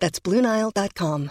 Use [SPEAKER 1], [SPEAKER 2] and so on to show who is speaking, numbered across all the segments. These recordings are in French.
[SPEAKER 1] That's BlueNile.com.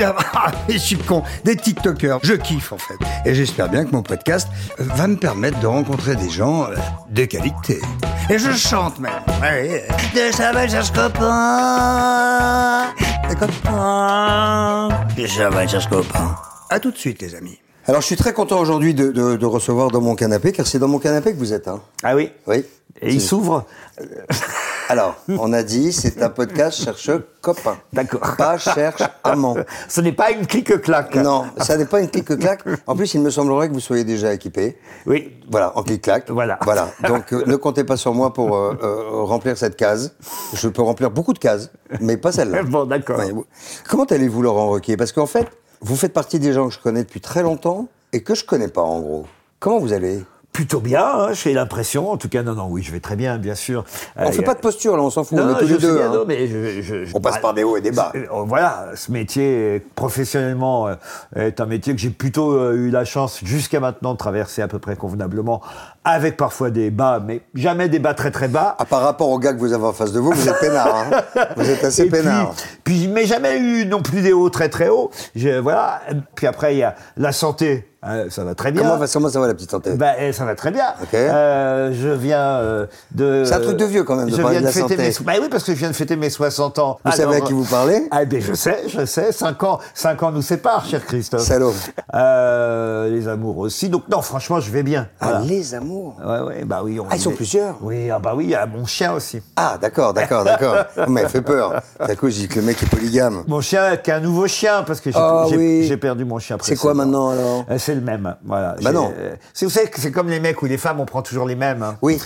[SPEAKER 2] Ah, je suis con Des TikTokers Je kiffe, en fait. Et j'espère bien que mon podcast euh, va me permettre de rencontrer des gens euh, de qualité. Et je chante, même Ouais, euh, De Chavannes cherche copain Des copains De Chavannes cherche copain À tout de suite, les amis alors je suis très content aujourd'hui de, de- de recevoir dans mon canapé, car c'est dans mon canapé que vous êtes. Hein.
[SPEAKER 3] Ah oui
[SPEAKER 2] Oui.
[SPEAKER 3] Et il s'ouvre
[SPEAKER 2] Alors, on a dit, c'est un podcast cherche copain.
[SPEAKER 3] D'accord.
[SPEAKER 2] Pas cherche amant.
[SPEAKER 3] Ce n'est pas une clique-claque.
[SPEAKER 2] Non, ça n'est pas une clique-claque. En plus, il me semblerait que vous soyez déjà équipé.
[SPEAKER 3] Oui.
[SPEAKER 2] Voilà, en clic-clac.
[SPEAKER 3] Voilà.
[SPEAKER 2] Voilà. Donc, euh, ne comptez pas sur moi pour euh, euh, remplir cette case. Je peux remplir beaucoup de cases, mais pas celle-là.
[SPEAKER 3] Bon, d'accord.
[SPEAKER 2] Ouais, vous- Comment allez-vous, Laurent Roquier Parce qu'en fait, vous faites partie des gens que je connais depuis très longtemps et que je connais pas, en gros. Comment vous allez
[SPEAKER 3] Plutôt bien, hein, j'ai l'impression. En tout cas, non, non, oui, je vais très bien, bien sûr.
[SPEAKER 2] On fait pas de posture, là, on s'en fout,
[SPEAKER 3] Non,
[SPEAKER 2] on est tous
[SPEAKER 3] je
[SPEAKER 2] les
[SPEAKER 3] sais
[SPEAKER 2] deux.
[SPEAKER 3] bien,
[SPEAKER 2] hein.
[SPEAKER 3] non, mais je- je- je-
[SPEAKER 2] On passe par des hauts et des bas.
[SPEAKER 3] Euh, Voilà, ce métier euh, professionnellement euh, est un métier que j'ai plutôt euh, eu la chance jusqu'à maintenant de traverser à peu près convenablement, avec parfois des bas, mais jamais des bas très très bas.
[SPEAKER 2] Ah, par rapport au gars que vous avez en face de vous, vous êtes peinard. hein. vous êtes assez
[SPEAKER 3] Et puis-
[SPEAKER 2] peinard.
[SPEAKER 3] Puis, mais jamais eu non plus des hauts très très hauts. Je- voilà. Puis après, il y a la santé. hein, ça va très bien.
[SPEAKER 2] Comment, va- comment ça va, la petite santé
[SPEAKER 3] Bah, eh, ça va très bien.
[SPEAKER 2] Ok.
[SPEAKER 3] Euh, je viens euh, de.
[SPEAKER 2] C'est un truc de vieux, quand même, de
[SPEAKER 3] je
[SPEAKER 2] parler
[SPEAKER 3] viens
[SPEAKER 2] de la
[SPEAKER 3] fêter
[SPEAKER 2] santé.
[SPEAKER 3] mes so- Bah oui, parce que je viens de fêter mes 60 ans.
[SPEAKER 2] Vous savez à qui vous parlez
[SPEAKER 3] Ah ben je sais, je sais. 5 ans, 5 ans nous séparent, cher Christophe.
[SPEAKER 2] Salaud.
[SPEAKER 3] Euh, les amours aussi. Donc non, franchement, je vais bien.
[SPEAKER 2] Ah,
[SPEAKER 3] Voilà.
[SPEAKER 2] les amours.
[SPEAKER 3] Ouais, ouais, bah oui. on
[SPEAKER 2] Ah, ils sont
[SPEAKER 3] est-
[SPEAKER 2] plusieurs
[SPEAKER 3] Oui, ah bah oui, il y a mon chien aussi.
[SPEAKER 2] Ah, d'accord, d'accord, d'accord. Mais elle fait peur. D'un coup, je dis que le mec est polygame.
[SPEAKER 3] Mon chien, qui est un nouveau chien, parce que j'ai
[SPEAKER 2] Ah
[SPEAKER 3] j'ai-
[SPEAKER 2] oui.
[SPEAKER 3] j'ai perdu mon chien.
[SPEAKER 2] C'est quoi
[SPEAKER 3] précédent.
[SPEAKER 2] maintenant, alors
[SPEAKER 3] Euh, C'est le même, voilà.
[SPEAKER 2] Bah
[SPEAKER 3] J'ai-
[SPEAKER 2] non.
[SPEAKER 3] euh, c'est- Vous savez que c'est comme les mecs ou les femmes, on prend toujours les mêmes. hein.
[SPEAKER 2] Oui.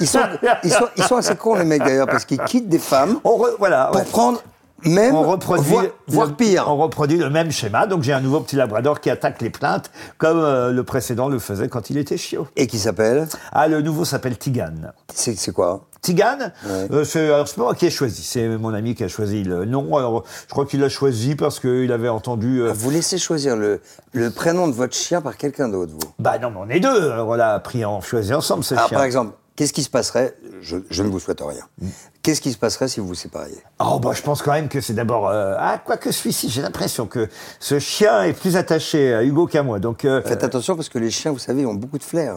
[SPEAKER 2] Ils sont, ils, sont, ils sont assez cons, les mecs, d'ailleurs, parce qu'ils quittent des femmes
[SPEAKER 3] On re- voilà.
[SPEAKER 2] pour
[SPEAKER 3] ouais.
[SPEAKER 2] prendre même,
[SPEAKER 3] on reproduit,
[SPEAKER 2] voire,
[SPEAKER 3] le-
[SPEAKER 2] voire pire.
[SPEAKER 3] On reproduit le même schéma. Donc j'ai un nouveau petit labrador qui attaque les plaintes comme euh, le précédent le faisait quand il était chiot.
[SPEAKER 2] Et qui s'appelle
[SPEAKER 3] Ah, le nouveau s'appelle Tigane.
[SPEAKER 2] C'est c'est quoi
[SPEAKER 3] Tigane,
[SPEAKER 2] Ouais.
[SPEAKER 3] euh, c'est alors c'est pas moi qui ai choisi, c'est mon ami qui a choisi le nom. Alors je crois qu'il l'a choisi parce qu'il avait entendu. euh,
[SPEAKER 2] Vous laissez choisir le, le prénom de votre chien par quelqu'un d'autre, vous.
[SPEAKER 3] bah non, mais on est deux. Alors on l'a pris en choisi ensemble ce
[SPEAKER 2] Alors,
[SPEAKER 3] chien.
[SPEAKER 2] Ah, par exemple, qu'est-ce qui se passerait je, je ne vous souhaite rien.
[SPEAKER 3] Mm.
[SPEAKER 2] Qu'est-ce qui se passerait si vous vous sépariez
[SPEAKER 3] Oh bah je pense quand même que c'est d'abord euh, ah quoi que celui-ci j'ai l'impression que ce chien est plus attaché à Hugo qu'à moi donc euh,
[SPEAKER 2] Faites attention parce que les chiens, vous savez, ont beaucoup de flair.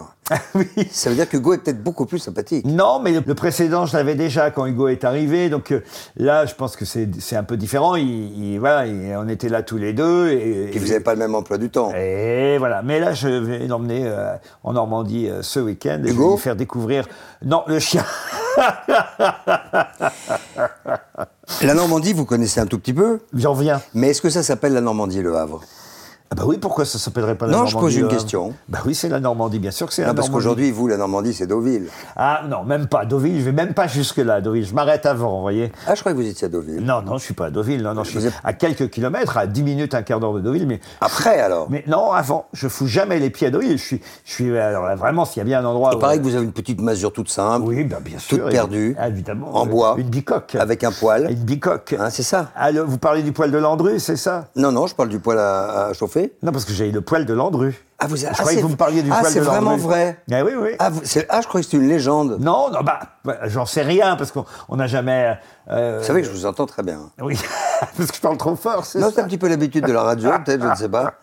[SPEAKER 2] Ça veut dire que Go est peut-être beaucoup plus sympathique.
[SPEAKER 3] non mais le, le précédent je l'avais déjà quand Hugo est arrivé donc euh, là je pense que c'est c'est un peu différent il, il- voilà il- on était là tous les deux et,
[SPEAKER 2] Et vous n'avez pas le même emploi du temps.
[SPEAKER 3] et voilà mais là je vais l'emmener euh, en Normandie euh, ce week-end et je
[SPEAKER 2] Hugo
[SPEAKER 3] vais lui faire découvrir non le chien
[SPEAKER 2] La Normandie, vous connaissez un tout petit peu,
[SPEAKER 3] j'en viens
[SPEAKER 2] mais est-ce que ça s'appelle la Normandie, le Havre
[SPEAKER 3] ah bah oui pourquoi ça s'appellerait pas la
[SPEAKER 2] Non, je
[SPEAKER 3] Normandie
[SPEAKER 2] pose une
[SPEAKER 3] euh,
[SPEAKER 2] question.
[SPEAKER 3] bah oui c'est la Normandie bien sûr que c'est la
[SPEAKER 2] Non, parce
[SPEAKER 3] Normandie
[SPEAKER 2] qu'aujourd'hui, vous, la Normandie, c'est Deauville.
[SPEAKER 3] Ah non, même pas. Deauville, je vais même pas jusque-là, Deauville. Je m'arrête avant, vous voyez.
[SPEAKER 2] Ah, je crois que vous étiez à Deauville.
[SPEAKER 3] Non, non, je suis pas à Deauville. Non, non, je
[SPEAKER 2] Euh, Vous
[SPEAKER 3] suis
[SPEAKER 2] êtes- Ah,
[SPEAKER 3] à quelques kilomètres, à 10 minutes, un quart d'heure de Deauville, mais.
[SPEAKER 2] Après, alors
[SPEAKER 3] Mais non, avant, je fous jamais les pieds à Deauville. Je suis, je suis alors là, vraiment, s'il y a bien un endroit.
[SPEAKER 2] Il
[SPEAKER 3] où-
[SPEAKER 2] paraît que vous avez une petite masure toute simple.
[SPEAKER 3] Oui, bah, bien sûr.
[SPEAKER 2] Toute
[SPEAKER 3] et-
[SPEAKER 2] perdue.
[SPEAKER 3] Ah, évidemment.
[SPEAKER 2] En
[SPEAKER 3] euh,
[SPEAKER 2] bois.
[SPEAKER 3] Une bicoque.
[SPEAKER 2] Avec un poil.
[SPEAKER 3] Une euh, bicoque.
[SPEAKER 2] Hein, c'est ça
[SPEAKER 3] Ah, le- vous parlez du poil de Landru, c'est ça
[SPEAKER 2] Non, non, je parle du poil à, à chauffer.
[SPEAKER 3] Non, parce que j'ai eu le poil de Landru.
[SPEAKER 4] Ah, vous, ah,
[SPEAKER 3] Je croyais que
[SPEAKER 4] c'est-
[SPEAKER 3] vous me parliez du
[SPEAKER 4] ah,
[SPEAKER 3] poil
[SPEAKER 4] c'est
[SPEAKER 3] de
[SPEAKER 4] vraiment
[SPEAKER 3] l'André.
[SPEAKER 4] vrai.
[SPEAKER 3] Eh oui, oui.
[SPEAKER 4] Ah, vous- c'est- ah, je croyais que c'était une légende.
[SPEAKER 3] Non, non, bah, bah, j'en sais rien, parce qu'on on n'a jamais... euh,
[SPEAKER 4] Vous savez que je vous entends très bien.
[SPEAKER 3] Oui, parce que je parle trop fort, c'est
[SPEAKER 4] Non, c'est
[SPEAKER 3] ça
[SPEAKER 4] un petit peu l'habitude de la radio, peut-être, je ne sais pas.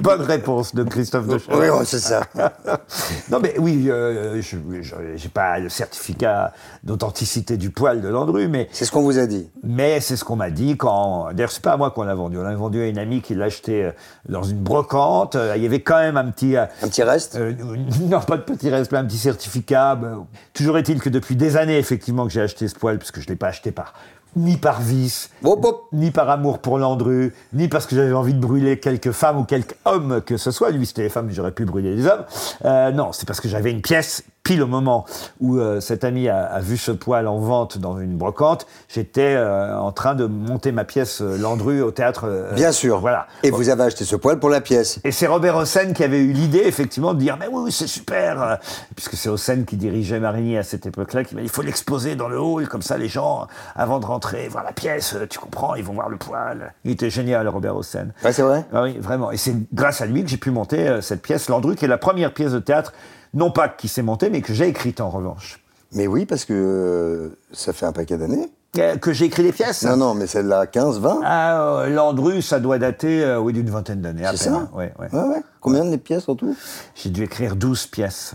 [SPEAKER 3] Bonne réponse de Christophe de
[SPEAKER 4] Oui, ouais, c'est ça.
[SPEAKER 3] non, mais oui, euh, je n'ai pas le certificat d'authenticité du poil de Landru, mais,
[SPEAKER 4] C'est ce qu'on vous a dit.
[SPEAKER 3] mais c'est ce qu'on m'a dit quand. D'ailleurs, c'est pas à moi qu'on l'a vendu. On l'a vendu à une amie qui l'a acheté euh, dans une brocante. Euh, Il y avait quand même un petit. euh,
[SPEAKER 4] Un petit reste
[SPEAKER 3] euh, non, pas de petit reste, mais un petit certificat. Ben, toujours est-il que depuis des années, effectivement, que j'ai acheté ce poil, parce que je ne l'ai pas acheté par, ni par vice,
[SPEAKER 4] Bon, bon.
[SPEAKER 3] ni par amour pour Landru, ni parce que j'avais envie de brûler quelques femmes ou quelques hommes que ce soit. Lui, c'était les femmes, mais j'aurais pu brûler les hommes. Euh, non, c'est parce que j'avais une pièce, pile au moment où euh, cet ami a, a vu ce poil en vente dans une brocante. J'étais euh, en train de monter ma pièce euh, Landru au théâtre. euh,
[SPEAKER 4] Bien sûr.
[SPEAKER 3] Voilà.
[SPEAKER 4] Et vous avez acheté ce poil pour la pièce.
[SPEAKER 3] Et c'est Robert Hossein qui avait eu l'idée, effectivement, de dire Mais oui, oui, c'est super euh, Puisque c'est Hossein qui dirigeait Marigny à cette époque-là, qui m'a dit Il faut l'exposer dans le hall, comme ça, les gens, avant de rentrer, voir la pièce, euh, tu comprends, ils vont voir le poil. Il était génial, Robert Hossein.
[SPEAKER 4] Ouais, c'est vrai
[SPEAKER 3] Ah oui, vraiment. Et c'est grâce à lui que j'ai pu monter euh, cette pièce, Landru, qui est la première pièce de théâtre, non pas qui s'est montée, mais que j'ai écrite en revanche.
[SPEAKER 4] Mais oui, parce que euh, ça fait un paquet d'années.
[SPEAKER 3] Euh, Que j'ai écrit des pièces
[SPEAKER 4] Non, non, mais celle-là, 15, 20
[SPEAKER 3] Ah, euh, Landru, ça doit dater, euh, oui, d'une vingtaine d'années. à
[SPEAKER 4] C'est
[SPEAKER 3] peine,
[SPEAKER 4] ça
[SPEAKER 3] hein. Ouais, ouais.
[SPEAKER 4] Ouais, ouais. Combien de pièces en tout
[SPEAKER 3] J'ai dû écrire 12 pièces.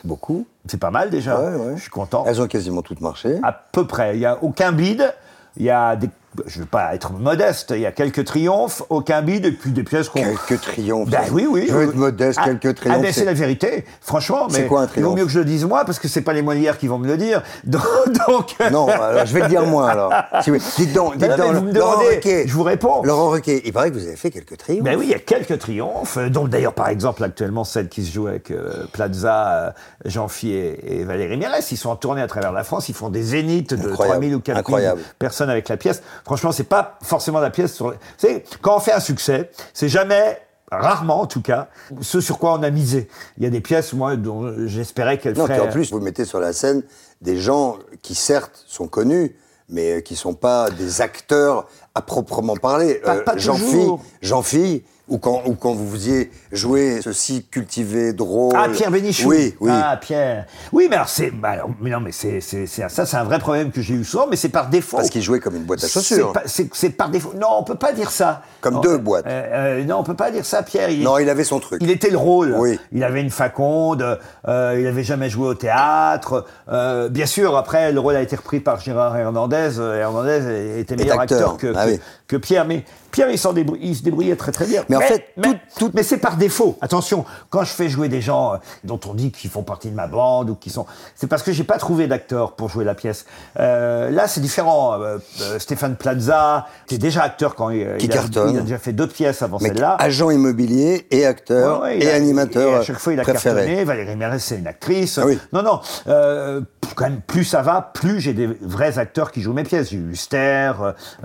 [SPEAKER 4] C'est beaucoup.
[SPEAKER 3] C'est pas mal déjà.
[SPEAKER 4] Ouais, ouais.
[SPEAKER 3] Je suis content. Ah,
[SPEAKER 4] Elles ont quasiment toutes marché.
[SPEAKER 3] À peu près. Il n'y a aucun bide. Il y a des. Je ne veux pas être modeste. Il y a quelques triomphes, aucun bide, et puis des pièces qu'on.
[SPEAKER 4] Quelques triomphes.
[SPEAKER 3] Ben oui, oui.
[SPEAKER 4] Je veux être modeste,
[SPEAKER 3] Ah,
[SPEAKER 4] quelques
[SPEAKER 3] Ah,
[SPEAKER 4] triomphes.
[SPEAKER 3] ben c'est
[SPEAKER 4] c'est-
[SPEAKER 3] la vérité. Franchement, mais.
[SPEAKER 4] C'est quoi un
[SPEAKER 3] Il vaut
[SPEAKER 4] triomphe
[SPEAKER 3] mieux que je le dise moi, parce que c'est pas les Molières qui vont me le dire. Donc. donc,
[SPEAKER 4] Non, alors, je vais le dire moi alors. Si oui. Dites donc, dites
[SPEAKER 3] Non, mais
[SPEAKER 4] donc.
[SPEAKER 3] vous me
[SPEAKER 4] Laurent
[SPEAKER 3] demandez,
[SPEAKER 4] Ruquier.
[SPEAKER 3] je vous réponds.
[SPEAKER 4] Laurent Requet, il paraît que vous avez fait quelques triomphes.
[SPEAKER 3] Ben oui, il y a quelques triomphes, euh, dont d'ailleurs, par exemple, actuellement, celle qui se joue avec euh, Plaza, euh, Jean-Phi et, et Valérie Mérès. Ils sont en tournée à travers la France, ils font des zéniths de
[SPEAKER 4] Incroyable,
[SPEAKER 3] 3000 ou 4000
[SPEAKER 4] incroyable.
[SPEAKER 3] personnes avec la pièce. Franchement, c'est pas forcément la pièce sur... le- C'est Quand on fait un succès, c'est jamais... Rarement, en tout cas, ce sur quoi on a misé. Il y a des pièces, moi, dont j'espérais qu'elles
[SPEAKER 4] Non,
[SPEAKER 3] feraient.
[SPEAKER 4] puis en plus, vous mettez sur la scène des gens qui, certes, sont connus, mais euh, qui ne sont pas des acteurs à proprement parler. Euh,
[SPEAKER 3] Pas- pas
[SPEAKER 4] Jean-Fille,
[SPEAKER 3] toujours.
[SPEAKER 4] Jean-Fille, ou quand, ou quand vous faisiez jouer ceci cultivé, drôle.
[SPEAKER 3] Ah, Pierre Bénichou.
[SPEAKER 4] Oui, oui.
[SPEAKER 3] Ah, Pierre. Oui, mais alors, c'est. bah, alors, mais non, mais c'est, c'est, c'est- ça, c'est un vrai problème que j'ai eu souvent, mais c'est par défaut.
[SPEAKER 4] Parce qu'il jouait comme une boîte à
[SPEAKER 3] oh. C'est
[SPEAKER 4] chaussures.
[SPEAKER 3] pas- C'est c'est par défaut. Non, on peut pas dire ça.
[SPEAKER 4] Comme
[SPEAKER 3] Non,
[SPEAKER 4] deux boîtes.
[SPEAKER 3] euh, euh, non, on peut pas dire ça, Pierre. Il,
[SPEAKER 4] Non, il avait son truc.
[SPEAKER 3] il était le rôle.
[SPEAKER 4] Oui.
[SPEAKER 3] Il avait une faconde. euh, il avait jamais joué au théâtre. euh, bien sûr, après, le rôle a été repris par Gérard Hernandez. euh, Hernandez était meilleur
[SPEAKER 4] acteur.
[SPEAKER 3] acteur, que,
[SPEAKER 4] Ah
[SPEAKER 3] que-
[SPEAKER 4] oui.
[SPEAKER 3] que Pierre. Mais Pierre, il, s'en débrou- il se débrouillait très très bien.
[SPEAKER 4] Mais en fait,
[SPEAKER 3] mais,
[SPEAKER 4] tout- tout-
[SPEAKER 3] mais c'est par défaut. Attention, quand je fais jouer des gens euh, dont on dit qu'ils font partie de ma bande ou qui sont, c'est parce que j'ai pas trouvé d'acteur pour jouer la pièce. Euh, là, c'est différent. Euh, euh, Stéphane Plaza, qui est déjà acteur quand il, euh,
[SPEAKER 4] Qui
[SPEAKER 3] il a-
[SPEAKER 4] cartonne.
[SPEAKER 3] il a déjà fait deux pièces avant
[SPEAKER 4] Mais
[SPEAKER 3] celle-là.
[SPEAKER 4] agent immobilier et acteur
[SPEAKER 3] Ouais, ouais, il
[SPEAKER 4] et
[SPEAKER 3] a-
[SPEAKER 4] animateur
[SPEAKER 3] et à chaque fois, il a
[SPEAKER 4] préféré.
[SPEAKER 3] cartonné. Valérie Mérès, c'est une actrice.
[SPEAKER 4] Ah oui.
[SPEAKER 3] Non, non. euh, quand même, plus ça va, plus j'ai des vrais acteurs qui jouent mes pièces. J'ai eu Huster,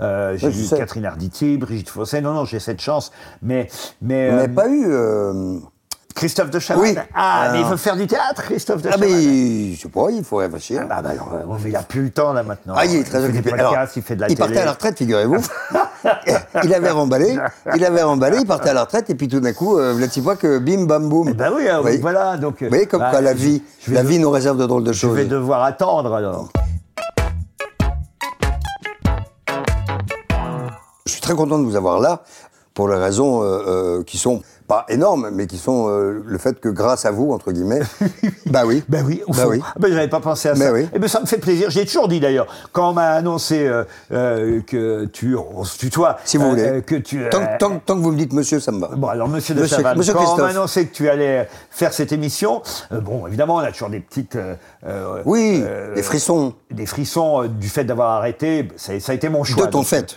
[SPEAKER 3] euh, j'ai
[SPEAKER 4] Ouais, je
[SPEAKER 3] eu
[SPEAKER 4] sais.
[SPEAKER 3] Catherine Arditi, Brigitte Fossé. Non, non, j'ai cette chance. Mais, mais,
[SPEAKER 4] On
[SPEAKER 3] euh,
[SPEAKER 4] n'a pas eu... euh,
[SPEAKER 3] Christophe de Chavannes.
[SPEAKER 4] Oui.
[SPEAKER 3] Ah, mais il
[SPEAKER 4] Alors.
[SPEAKER 3] veut faire du théâtre, Christophe de
[SPEAKER 4] Ah mais,
[SPEAKER 3] Chavannes.
[SPEAKER 4] je sais pas, il faut réfléchir.
[SPEAKER 3] Ah, bah alors, euh, bon, mais il a plus le temps là maintenant.
[SPEAKER 4] Ah, il est très
[SPEAKER 3] fait des
[SPEAKER 4] occupé.
[SPEAKER 3] podcasts,
[SPEAKER 4] Alors,
[SPEAKER 3] il fait de la
[SPEAKER 4] il
[SPEAKER 3] télé.
[SPEAKER 4] partait à la retraite, figurez-vous. il avait remballé, il avait remballé, il partait à la retraite, et puis tout d'un coup, euh, la petite fois que bim, bam, boum.
[SPEAKER 3] Ah. Eh ben oui, hein,
[SPEAKER 4] Oui.
[SPEAKER 3] voilà. Donc,
[SPEAKER 4] Vous voyez comme
[SPEAKER 3] bah,
[SPEAKER 4] quoi la
[SPEAKER 3] je-
[SPEAKER 4] vie,
[SPEAKER 3] je vais
[SPEAKER 4] la
[SPEAKER 3] de-
[SPEAKER 4] vie nous réserve de drôles de
[SPEAKER 3] Je
[SPEAKER 4] choses.
[SPEAKER 3] vais devoir attendre alors.
[SPEAKER 4] Je suis très content de vous avoir là, pour les raisons euh, euh, qui sont pas énormes, mais qui sont euh, le fait que grâce à vous, entre guillemets, bah oui,
[SPEAKER 3] Ben oui, au
[SPEAKER 4] Bah
[SPEAKER 3] fond.
[SPEAKER 4] oui.
[SPEAKER 3] Ah Ben j'avais pas pensé à
[SPEAKER 4] Ben
[SPEAKER 3] ça.
[SPEAKER 4] oui.
[SPEAKER 3] Eh ben ça me fait plaisir. J'ai toujours dit d'ailleurs quand on m'a annoncé euh, euh, que tu, on se tutoie,
[SPEAKER 4] si vous
[SPEAKER 3] euh,
[SPEAKER 4] voulez.
[SPEAKER 3] euh, que tu. euh,
[SPEAKER 4] tant, que- tant que- tant que vous me dites monsieur, ça me va.
[SPEAKER 3] Bon, alors, monsieur de
[SPEAKER 4] Monsieur-
[SPEAKER 3] Chavannes,
[SPEAKER 4] monsieur
[SPEAKER 3] quand on
[SPEAKER 4] Christophe.
[SPEAKER 3] m'a annoncé que tu allais faire cette émission, euh, bon, évidemment, on a toujours des petites. euh, euh,
[SPEAKER 4] oui,
[SPEAKER 3] euh,
[SPEAKER 4] les frissons
[SPEAKER 3] Des frissons euh, du fait d'avoir arrêté. Ça, ça a été mon choix.
[SPEAKER 4] de ton
[SPEAKER 3] Donc, euh,
[SPEAKER 4] fait.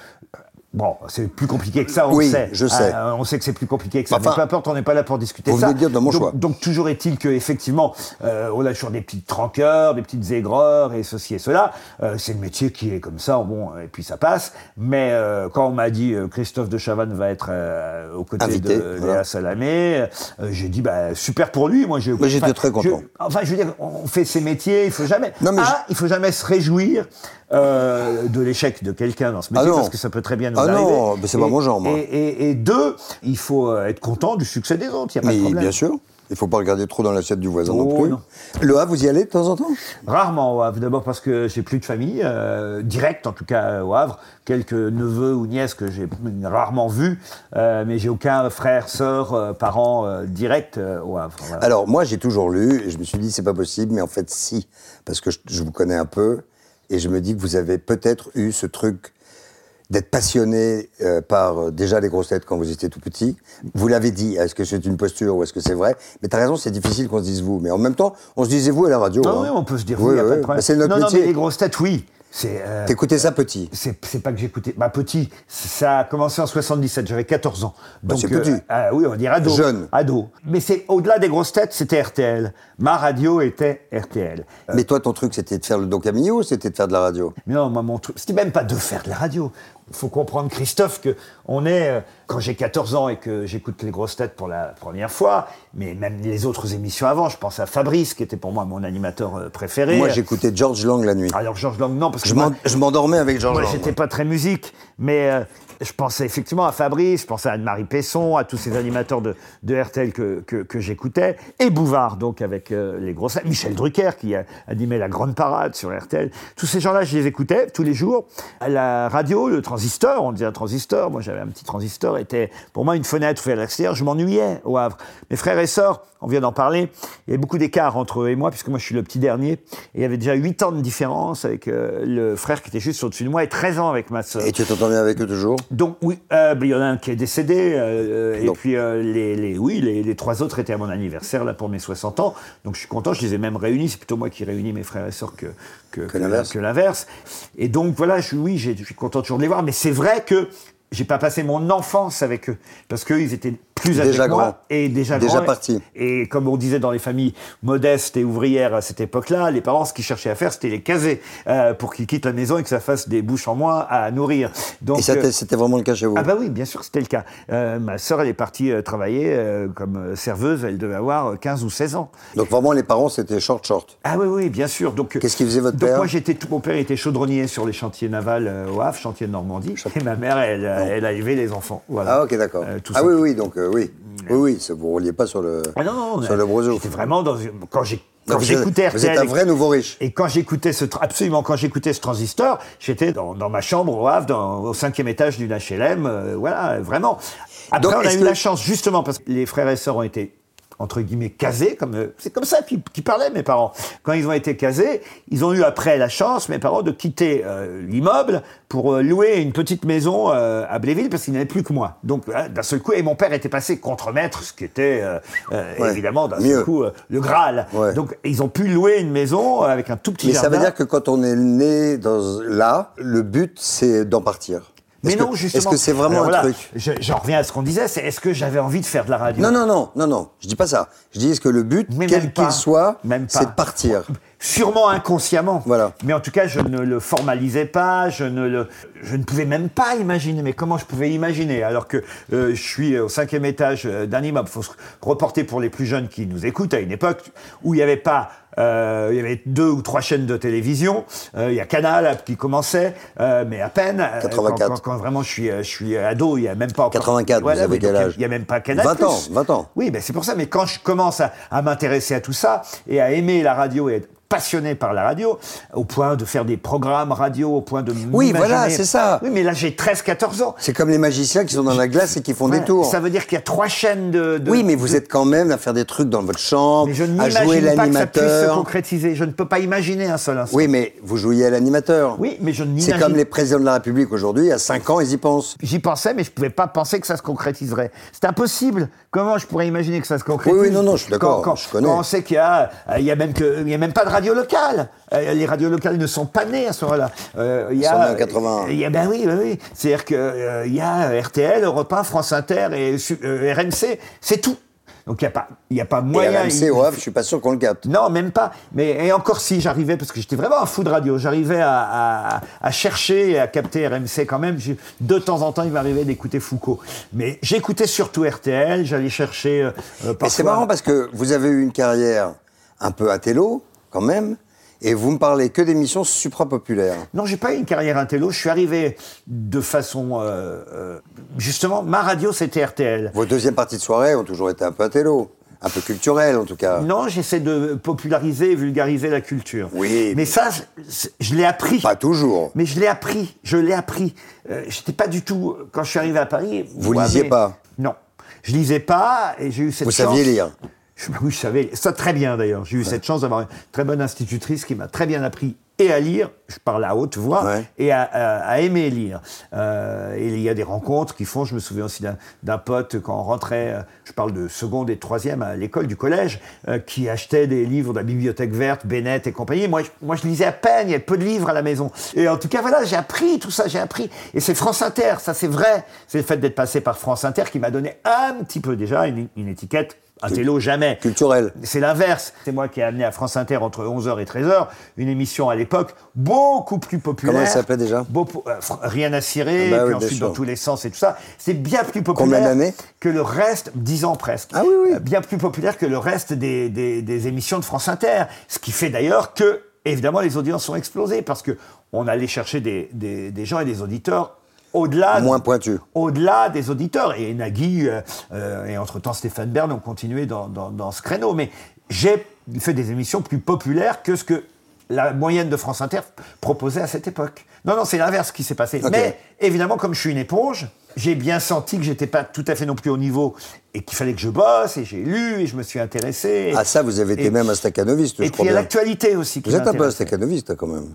[SPEAKER 3] Bon, c'est plus compliqué que ça, on
[SPEAKER 4] Oui,
[SPEAKER 3] le sait.
[SPEAKER 4] je sais.
[SPEAKER 3] Ah, on sait que c'est plus compliqué que ça.
[SPEAKER 4] Enfin,
[SPEAKER 3] mais peu importe, on n'est pas là pour discuter
[SPEAKER 4] vous
[SPEAKER 3] ça.
[SPEAKER 4] venez de dire dans mon
[SPEAKER 3] donc,
[SPEAKER 4] choix.
[SPEAKER 3] donc toujours est-il que effectivement, euh, on a toujours des petites rancœurs, des petites aigreurs et ceci et cela. Euh, c'est le métier qui est comme ça. Bon, et puis ça passe. Mais euh, quand on m'a dit euh, Christophe de Chavannes va être euh, aux côtés
[SPEAKER 4] Invité,
[SPEAKER 3] de Léa
[SPEAKER 4] voilà.
[SPEAKER 3] Salamé, euh, j'ai dit bah super pour lui. Moi, j'ai.
[SPEAKER 4] Moi, j'étais très content.
[SPEAKER 3] je- enfin, je veux dire, on fait ses métiers. Il faut jamais.
[SPEAKER 4] Non, mais
[SPEAKER 3] Ah, il faut jamais se réjouir euh, de l'échec de quelqu'un dans ce
[SPEAKER 4] Ah
[SPEAKER 3] métier,
[SPEAKER 4] non.
[SPEAKER 3] parce que ça peut très bien nous
[SPEAKER 4] Ah
[SPEAKER 3] arriver.
[SPEAKER 4] non, mais c'est pas
[SPEAKER 3] Et-
[SPEAKER 4] mon genre, moi.
[SPEAKER 3] Et, et- et deux, il faut euh, être content du succès des autres, il n'y a pas de
[SPEAKER 4] Mais
[SPEAKER 3] problème.
[SPEAKER 4] bien sûr, il faut pas regarder trop dans l'assiette du voisin
[SPEAKER 3] Oh,
[SPEAKER 4] non plus.
[SPEAKER 3] non.
[SPEAKER 4] Le A, vous y allez de temps en temps
[SPEAKER 3] Rarement au Havre, d'abord parce que j'ai plus de famille, euh, directe en tout cas au Havre, quelques neveux ou nièces que j'ai rarement vus, euh, mais j'ai aucun frère, sœur, euh, parent euh, direct euh, au Havre. Voilà.
[SPEAKER 4] Alors moi, j'ai toujours lu et je me suis dit c'est pas possible, mais en fait si, parce que je, je vous connais un peu et je me dis que vous avez peut-être eu ce truc d'être passionné euh, par euh, déjà les grosses têtes quand vous étiez tout petit. Vous l'avez dit, est-ce que c'est une posture ou est-ce que c'est vrai Mais t'as raison, c'est difficile qu'on se dise vous, mais en même temps, on se disait vous à la radio.
[SPEAKER 3] Ah
[SPEAKER 4] hein.
[SPEAKER 3] oui, on peut se dire
[SPEAKER 4] Oui,
[SPEAKER 3] oui, y a
[SPEAKER 4] oui,
[SPEAKER 3] pas de
[SPEAKER 4] bah,
[SPEAKER 3] problème.
[SPEAKER 4] c'est notre
[SPEAKER 3] non,
[SPEAKER 4] métier.
[SPEAKER 3] non, mais les grosses têtes, oui. C'est euh,
[SPEAKER 4] T'écoutais ça petit.
[SPEAKER 3] c'est c'est pas que j'écoutais. Bah, petit, ça a commencé en 77, j'avais 14 ans. Donc,
[SPEAKER 4] Bah, c'est petit.
[SPEAKER 3] ah oui, on va dire ado.
[SPEAKER 4] Jeune.
[SPEAKER 3] Ado. Mais c'est au-delà des grosses têtes, c'était RTL. Ma radio était RTL. Euh,
[SPEAKER 4] Mais toi, ton truc, c'était de faire le Don Camillo ou c'était de faire de la radio
[SPEAKER 3] mais non, moi, mon truc, c'était même pas de faire de la radio. Faut comprendre, Christophe, que on est, euh, quand j'ai 14 ans et que j'écoute les grosses têtes pour la première fois, mais même les autres émissions avant, je pense à Fabrice, qui était pour moi mon animateur euh, préféré.
[SPEAKER 4] Moi, j'écoutais George Lang la nuit.
[SPEAKER 3] Alors, Georges Lang, non, parce que
[SPEAKER 4] Je
[SPEAKER 3] moi-
[SPEAKER 4] m'en- je m'endormais avec George
[SPEAKER 3] Moi,
[SPEAKER 4] Lang.
[SPEAKER 3] j'étais pas très musique, mais euh, je pensais effectivement à Fabrice, je pensais à Anne-Marie Pesson, à tous ces animateurs de, de RTL que, que, que j'écoutais, et Bouvard, donc, avec euh, les grosses... Michel Drucker, qui a animé la grande parade sur RTL. Tous ces gens-là, je les écoutais tous les jours. À la radio, le transistor, on disait un transistor, moi j'avais un petit transistor, était pour moi une fenêtre ouverte à l'extérieur, je m'ennuyais au Havre. Mes frères et sœurs, on vient d'en parler, il y avait beaucoup d'écart entre eux et moi, puisque moi je suis le petit dernier, et il y avait déjà 8 ans de différence avec euh, le frère qui était juste au-dessus de moi et 13 ans avec ma sœur.
[SPEAKER 4] Et tu t'entendais avec eux toujours
[SPEAKER 3] Donc oui, euh, ben, il y en a un qui est décédé, euh, euh, et
[SPEAKER 4] Non.
[SPEAKER 3] puis euh, les, les- oui, les, les trois autres étaient à mon anniversaire là pour mes 60 ans, donc je suis content, je les ai même réunis, c'est plutôt moi qui réunis mes frères et sœurs que, que, que-
[SPEAKER 4] l'inverse.
[SPEAKER 3] que l'inverse. Et donc voilà, je, oui, j'ai- je suis content toujours de les voir, mais c'est vrai que j'ai pas passé mon enfance avec eux, parce qu'ils étaient plus âgés
[SPEAKER 4] Déjà
[SPEAKER 3] que moi,
[SPEAKER 4] grands.
[SPEAKER 3] et déjà,
[SPEAKER 4] Déjà
[SPEAKER 3] grands, et-
[SPEAKER 4] partis.
[SPEAKER 3] et comme on disait dans les familles modestes et ouvrières à cette époque-là, les parents, ce qu'ils cherchaient à faire, c'était les caser euh, pour qu'ils quittent la maison et que ça fasse des bouches en moins à nourrir. Donc,
[SPEAKER 4] Et ça,
[SPEAKER 3] euh,
[SPEAKER 4] t'es- c'était vraiment le cas chez vous
[SPEAKER 3] ah bah oui, bien sûr, que c'était le cas. Euh, ma sœur, elle est partie euh, travailler euh, comme euh, serveuse, elle devait avoir euh, 15 ou 16 ans.
[SPEAKER 4] Donc vraiment, les parents, c'était short, short.
[SPEAKER 3] Ah oui, oui, bien sûr. Donc euh,
[SPEAKER 4] Qu'est-ce qu'il faisait, votre
[SPEAKER 3] donc
[SPEAKER 4] père
[SPEAKER 3] Moi, j'étais tout, mon père était chaudronnier sur les chantiers navals euh, au Havre, chantier de Normandie, et ma mère, elle, euh, elle a élevé les enfants. Voilà.
[SPEAKER 4] Oh. Ah ok, d'accord.
[SPEAKER 3] Euh, tout
[SPEAKER 4] ah
[SPEAKER 3] ça. Mm.
[SPEAKER 4] oui, oui, donc euh, oui. Oui, oui, ça- vous ne rouliez pas sur le,
[SPEAKER 3] Ah non, non,
[SPEAKER 4] sur
[SPEAKER 3] euh,
[SPEAKER 4] le broseau.
[SPEAKER 3] J'étais vraiment dans une- quand j'ai
[SPEAKER 4] Donc,
[SPEAKER 3] quand
[SPEAKER 4] vous
[SPEAKER 3] j'écoutais
[SPEAKER 4] êtes- Vous êtes
[SPEAKER 3] RTL
[SPEAKER 4] un vrai nouveau riche.
[SPEAKER 3] Et quand j'écoutais ce tra- absolument quand j'écoutais ce transistor, j'étais dans, dans ma chambre au Havre, dans- au cinquième étage d'une HLM, euh, voilà, vraiment. Après,
[SPEAKER 4] Donc,
[SPEAKER 3] on a
[SPEAKER 4] est-ce
[SPEAKER 3] eu
[SPEAKER 4] que-
[SPEAKER 3] la chance justement parce que les frères et sœurs ont été entre guillemets casés, comme euh, c'est comme ça qu'ils qu'ils parlaient mes parents. Quand ils ont été casés, ils ont eu après la chance, mes parents, de quitter euh, l'immeuble pour euh, louer une petite maison euh, à Bléville parce qu'ils n'avaient plus que moi. Donc euh, d'un seul coup, et mon père était passé contre-maître, ce qui était euh, euh,
[SPEAKER 4] Ouais,
[SPEAKER 3] évidemment d'un
[SPEAKER 4] mieux.
[SPEAKER 3] seul coup euh, le Graal.
[SPEAKER 4] Ouais.
[SPEAKER 3] Donc ils ont pu louer une maison euh, avec un tout petit
[SPEAKER 4] Mais ça
[SPEAKER 3] jardin.
[SPEAKER 4] veut dire que quand on est né dans, là, le but, c'est d'en partir.
[SPEAKER 3] Mais
[SPEAKER 4] Est-ce
[SPEAKER 3] non,
[SPEAKER 4] que-
[SPEAKER 3] justement.
[SPEAKER 4] Est-ce que c'est vraiment
[SPEAKER 3] Alors
[SPEAKER 4] un
[SPEAKER 3] là,
[SPEAKER 4] truc
[SPEAKER 3] je- J'en reviens à ce qu'on disait, c'est est-ce que j'avais envie de faire de la radio
[SPEAKER 4] Non, non, non, non, non. Je dis pas ça. Je dis est-ce que le but,
[SPEAKER 3] Mais
[SPEAKER 4] quel
[SPEAKER 3] même pas.
[SPEAKER 4] qu'il soit,
[SPEAKER 3] Même pas.
[SPEAKER 4] c'est de partir.
[SPEAKER 3] Sûrement inconsciemment.
[SPEAKER 4] Voilà.
[SPEAKER 3] Mais en tout cas, je ne le formalisais pas, je ne le, je ne pouvais même pas imaginer. Mais comment je pouvais imaginer alors que euh, je suis au cinquième étage euh, d'un immeuble. Faut se reporter pour les plus jeunes qui nous écoutent à une époque où il n'y avait pas. euh, il y avait deux ou trois chaînes de télévision. Euh, il y a Canal qui commençait, euh, mais à peine. Euh,
[SPEAKER 4] 84.
[SPEAKER 3] Quand, quand- quand vraiment je suis, euh, je suis ado, il n'y a même pas encore.
[SPEAKER 4] 84, vous avez
[SPEAKER 3] oui, donc
[SPEAKER 4] quel âge
[SPEAKER 3] Il n'y a même pas Canal.
[SPEAKER 4] 20 ans, 20 ans.
[SPEAKER 3] Oui, ben c'est pour ça. Mais quand je commence à, à m'intéresser à tout ça et à aimer la radio et être passionné par la radio, au point de faire des programmes radio, au point de
[SPEAKER 4] Oui,
[SPEAKER 3] m'imaginer-
[SPEAKER 4] voilà, c'est ça.
[SPEAKER 3] Oui, mais là j'ai 13-14 ans.
[SPEAKER 4] C'est comme les magiciens qui sont dans la glace et qui font
[SPEAKER 3] Voilà,
[SPEAKER 4] des tours.
[SPEAKER 3] Ça veut dire qu'il y a trois chaînes de. de-
[SPEAKER 4] Oui, mais vous êtes quand même à faire des trucs dans votre chambre,
[SPEAKER 3] Mais je
[SPEAKER 4] à jouer
[SPEAKER 3] n'imagine pas que ça puisse se
[SPEAKER 4] l'animateur.
[SPEAKER 3] concrétiser. Je ne peux pas imaginer un seul instant.
[SPEAKER 4] Oui, mais vous jouiez à l'animateur.
[SPEAKER 3] Oui, mais je
[SPEAKER 4] C'est
[SPEAKER 3] n'imagine
[SPEAKER 4] comme les présidents de la République aujourd'hui, à 5 ans, ils y pensent.
[SPEAKER 3] J'y pensais, mais je pouvais pas penser que ça se concrétiserait. C'est impossible. Comment je pourrais imaginer que ça se concrétise
[SPEAKER 4] Oui, oui, non, non, je suis d'accord,
[SPEAKER 3] Quand, quand-
[SPEAKER 4] je connais.
[SPEAKER 3] quand on sait qu'il y a, euh, il y a même que, il y a même pas de radio locale. Euh, Les radios locales ne sont pas nées à ce moment-là. Euh, il y
[SPEAKER 4] sont
[SPEAKER 3] a,
[SPEAKER 4] nées en 81.
[SPEAKER 3] il y a- ben oui, ben oui. C'est-à-dire que euh, il y a euh, RTL, Europe 1, France Inter et su- euh, RMC. C'est tout. Donc il y a pas, il y a pas
[SPEAKER 4] Et
[SPEAKER 3] moyen.
[SPEAKER 4] RMC,
[SPEAKER 3] il-
[SPEAKER 4] au Havre, je suis pas sûr qu'on le capte.
[SPEAKER 3] non, même pas. Mais et encore si j'arrivais, parce que j'étais vraiment un fou de radio, j'arrivais à, à- à chercher et à capter RMC quand même. J'ai- De temps en temps, il m'arrivait d'écouter Foucault. Mais j'écoutais surtout RTL, j'allais chercher. euh, euh,
[SPEAKER 4] Mais c'est
[SPEAKER 3] parfois-
[SPEAKER 4] marrant parce que vous avez eu une carrière un peu à télo, quand même, Et vous me parlez que d'émissions suprapopulaires.
[SPEAKER 3] Non, j'ai pas eu une carrière intello. Je suis arrivé de façon. euh, euh, justement, ma radio, c'était RTL.
[SPEAKER 4] Vos deuxièmes parties de soirée ont toujours été un peu intello, un peu culturelles en tout cas.
[SPEAKER 3] Non, j'essaie de populariser et vulgariser la culture.
[SPEAKER 4] Oui,
[SPEAKER 3] Mais
[SPEAKER 4] mais-
[SPEAKER 3] ça, c'est- je l'ai appris.
[SPEAKER 4] Pas toujours.
[SPEAKER 3] Mais je l'ai appris, je l'ai appris. Euh, J'étais pas du tout quand je suis arrivé à Paris.
[SPEAKER 4] Vous
[SPEAKER 3] moi,
[SPEAKER 4] lisiez
[SPEAKER 3] mais-
[SPEAKER 4] pas
[SPEAKER 3] Non, je lisais pas et j'ai eu cette
[SPEAKER 4] Vous
[SPEAKER 3] chance.
[SPEAKER 4] saviez lire
[SPEAKER 3] Je- bah oui, je savais ça très bien d'ailleurs. J'ai eu cette chance d'avoir une très bonne institutrice qui m'a très bien appris et à lire, je parle à haute voix,
[SPEAKER 4] Ouais.
[SPEAKER 3] et à, à- à aimer lire. Euh, et il y a des rencontres qui font, je me souviens aussi d'un- d'un pote quand on rentrait, euh, je parle de seconde et de troisième à l'école du collège, euh, qui achetait des livres de la bibliothèque verte, Bennett et compagnie. Moi, je, moi, je lisais à peine, il y avait peu de livres à la maison. Et en tout cas, voilà, j'ai appris tout ça, j'ai appris. Et c'est France Inter, ça c'est vrai. C'est le fait d'être passé par France Inter qui m'a donné un petit peu déjà une, une étiquette. Un télo jamais.
[SPEAKER 4] Culturel.
[SPEAKER 3] C'est l'inverse. C'est moi qui ai amené à France Inter entre 11h et 13h une émission à l'époque beaucoup plus populaire.
[SPEAKER 4] Comment elle s'appelait déjà
[SPEAKER 3] Beaucoup- euh, Fr- Rien à cirer,
[SPEAKER 4] Ah bah
[SPEAKER 3] et puis
[SPEAKER 4] oui, bien
[SPEAKER 3] ensuite
[SPEAKER 4] sûr.
[SPEAKER 3] dans tous les sens et tout ça. C'est bien plus populaire.
[SPEAKER 4] Combien d'années
[SPEAKER 3] Que le reste, 10 ans presque.
[SPEAKER 4] Ah oui, oui.
[SPEAKER 3] Euh, Bien plus populaire que le reste des, des- des émissions de France Inter. Ce qui fait d'ailleurs que, évidemment, les audiences ont explosé parce que on allait chercher des, des- des gens et des auditeurs au-delà. de-
[SPEAKER 4] Moins pointu.
[SPEAKER 3] au-delà des auditeurs. Et Nagui euh, euh, et entre-temps Stéphane Bern ont continué dans, dans- dans ce créneau. Mais j'ai fait des émissions plus populaires que ce que la moyenne de France Inter proposait à cette époque. Non, non, c'est l'inverse qui s'est passé.
[SPEAKER 4] Ok.
[SPEAKER 3] Mais évidemment, comme je suis une éponge, j'ai bien senti que j'étais pas tout à fait non plus au niveau et qu'il fallait que je bosse et j'ai lu et je me suis intéressé.
[SPEAKER 4] À Ah, ça, vous avez été
[SPEAKER 3] Et-
[SPEAKER 4] même un stacanoviste,
[SPEAKER 3] Et
[SPEAKER 4] je
[SPEAKER 3] puis
[SPEAKER 4] crois
[SPEAKER 3] il y a
[SPEAKER 4] bien.
[SPEAKER 3] l'actualité aussi qui
[SPEAKER 4] Vous êtes un peu un
[SPEAKER 3] m'intéressait.
[SPEAKER 4] stacanoviste quand même.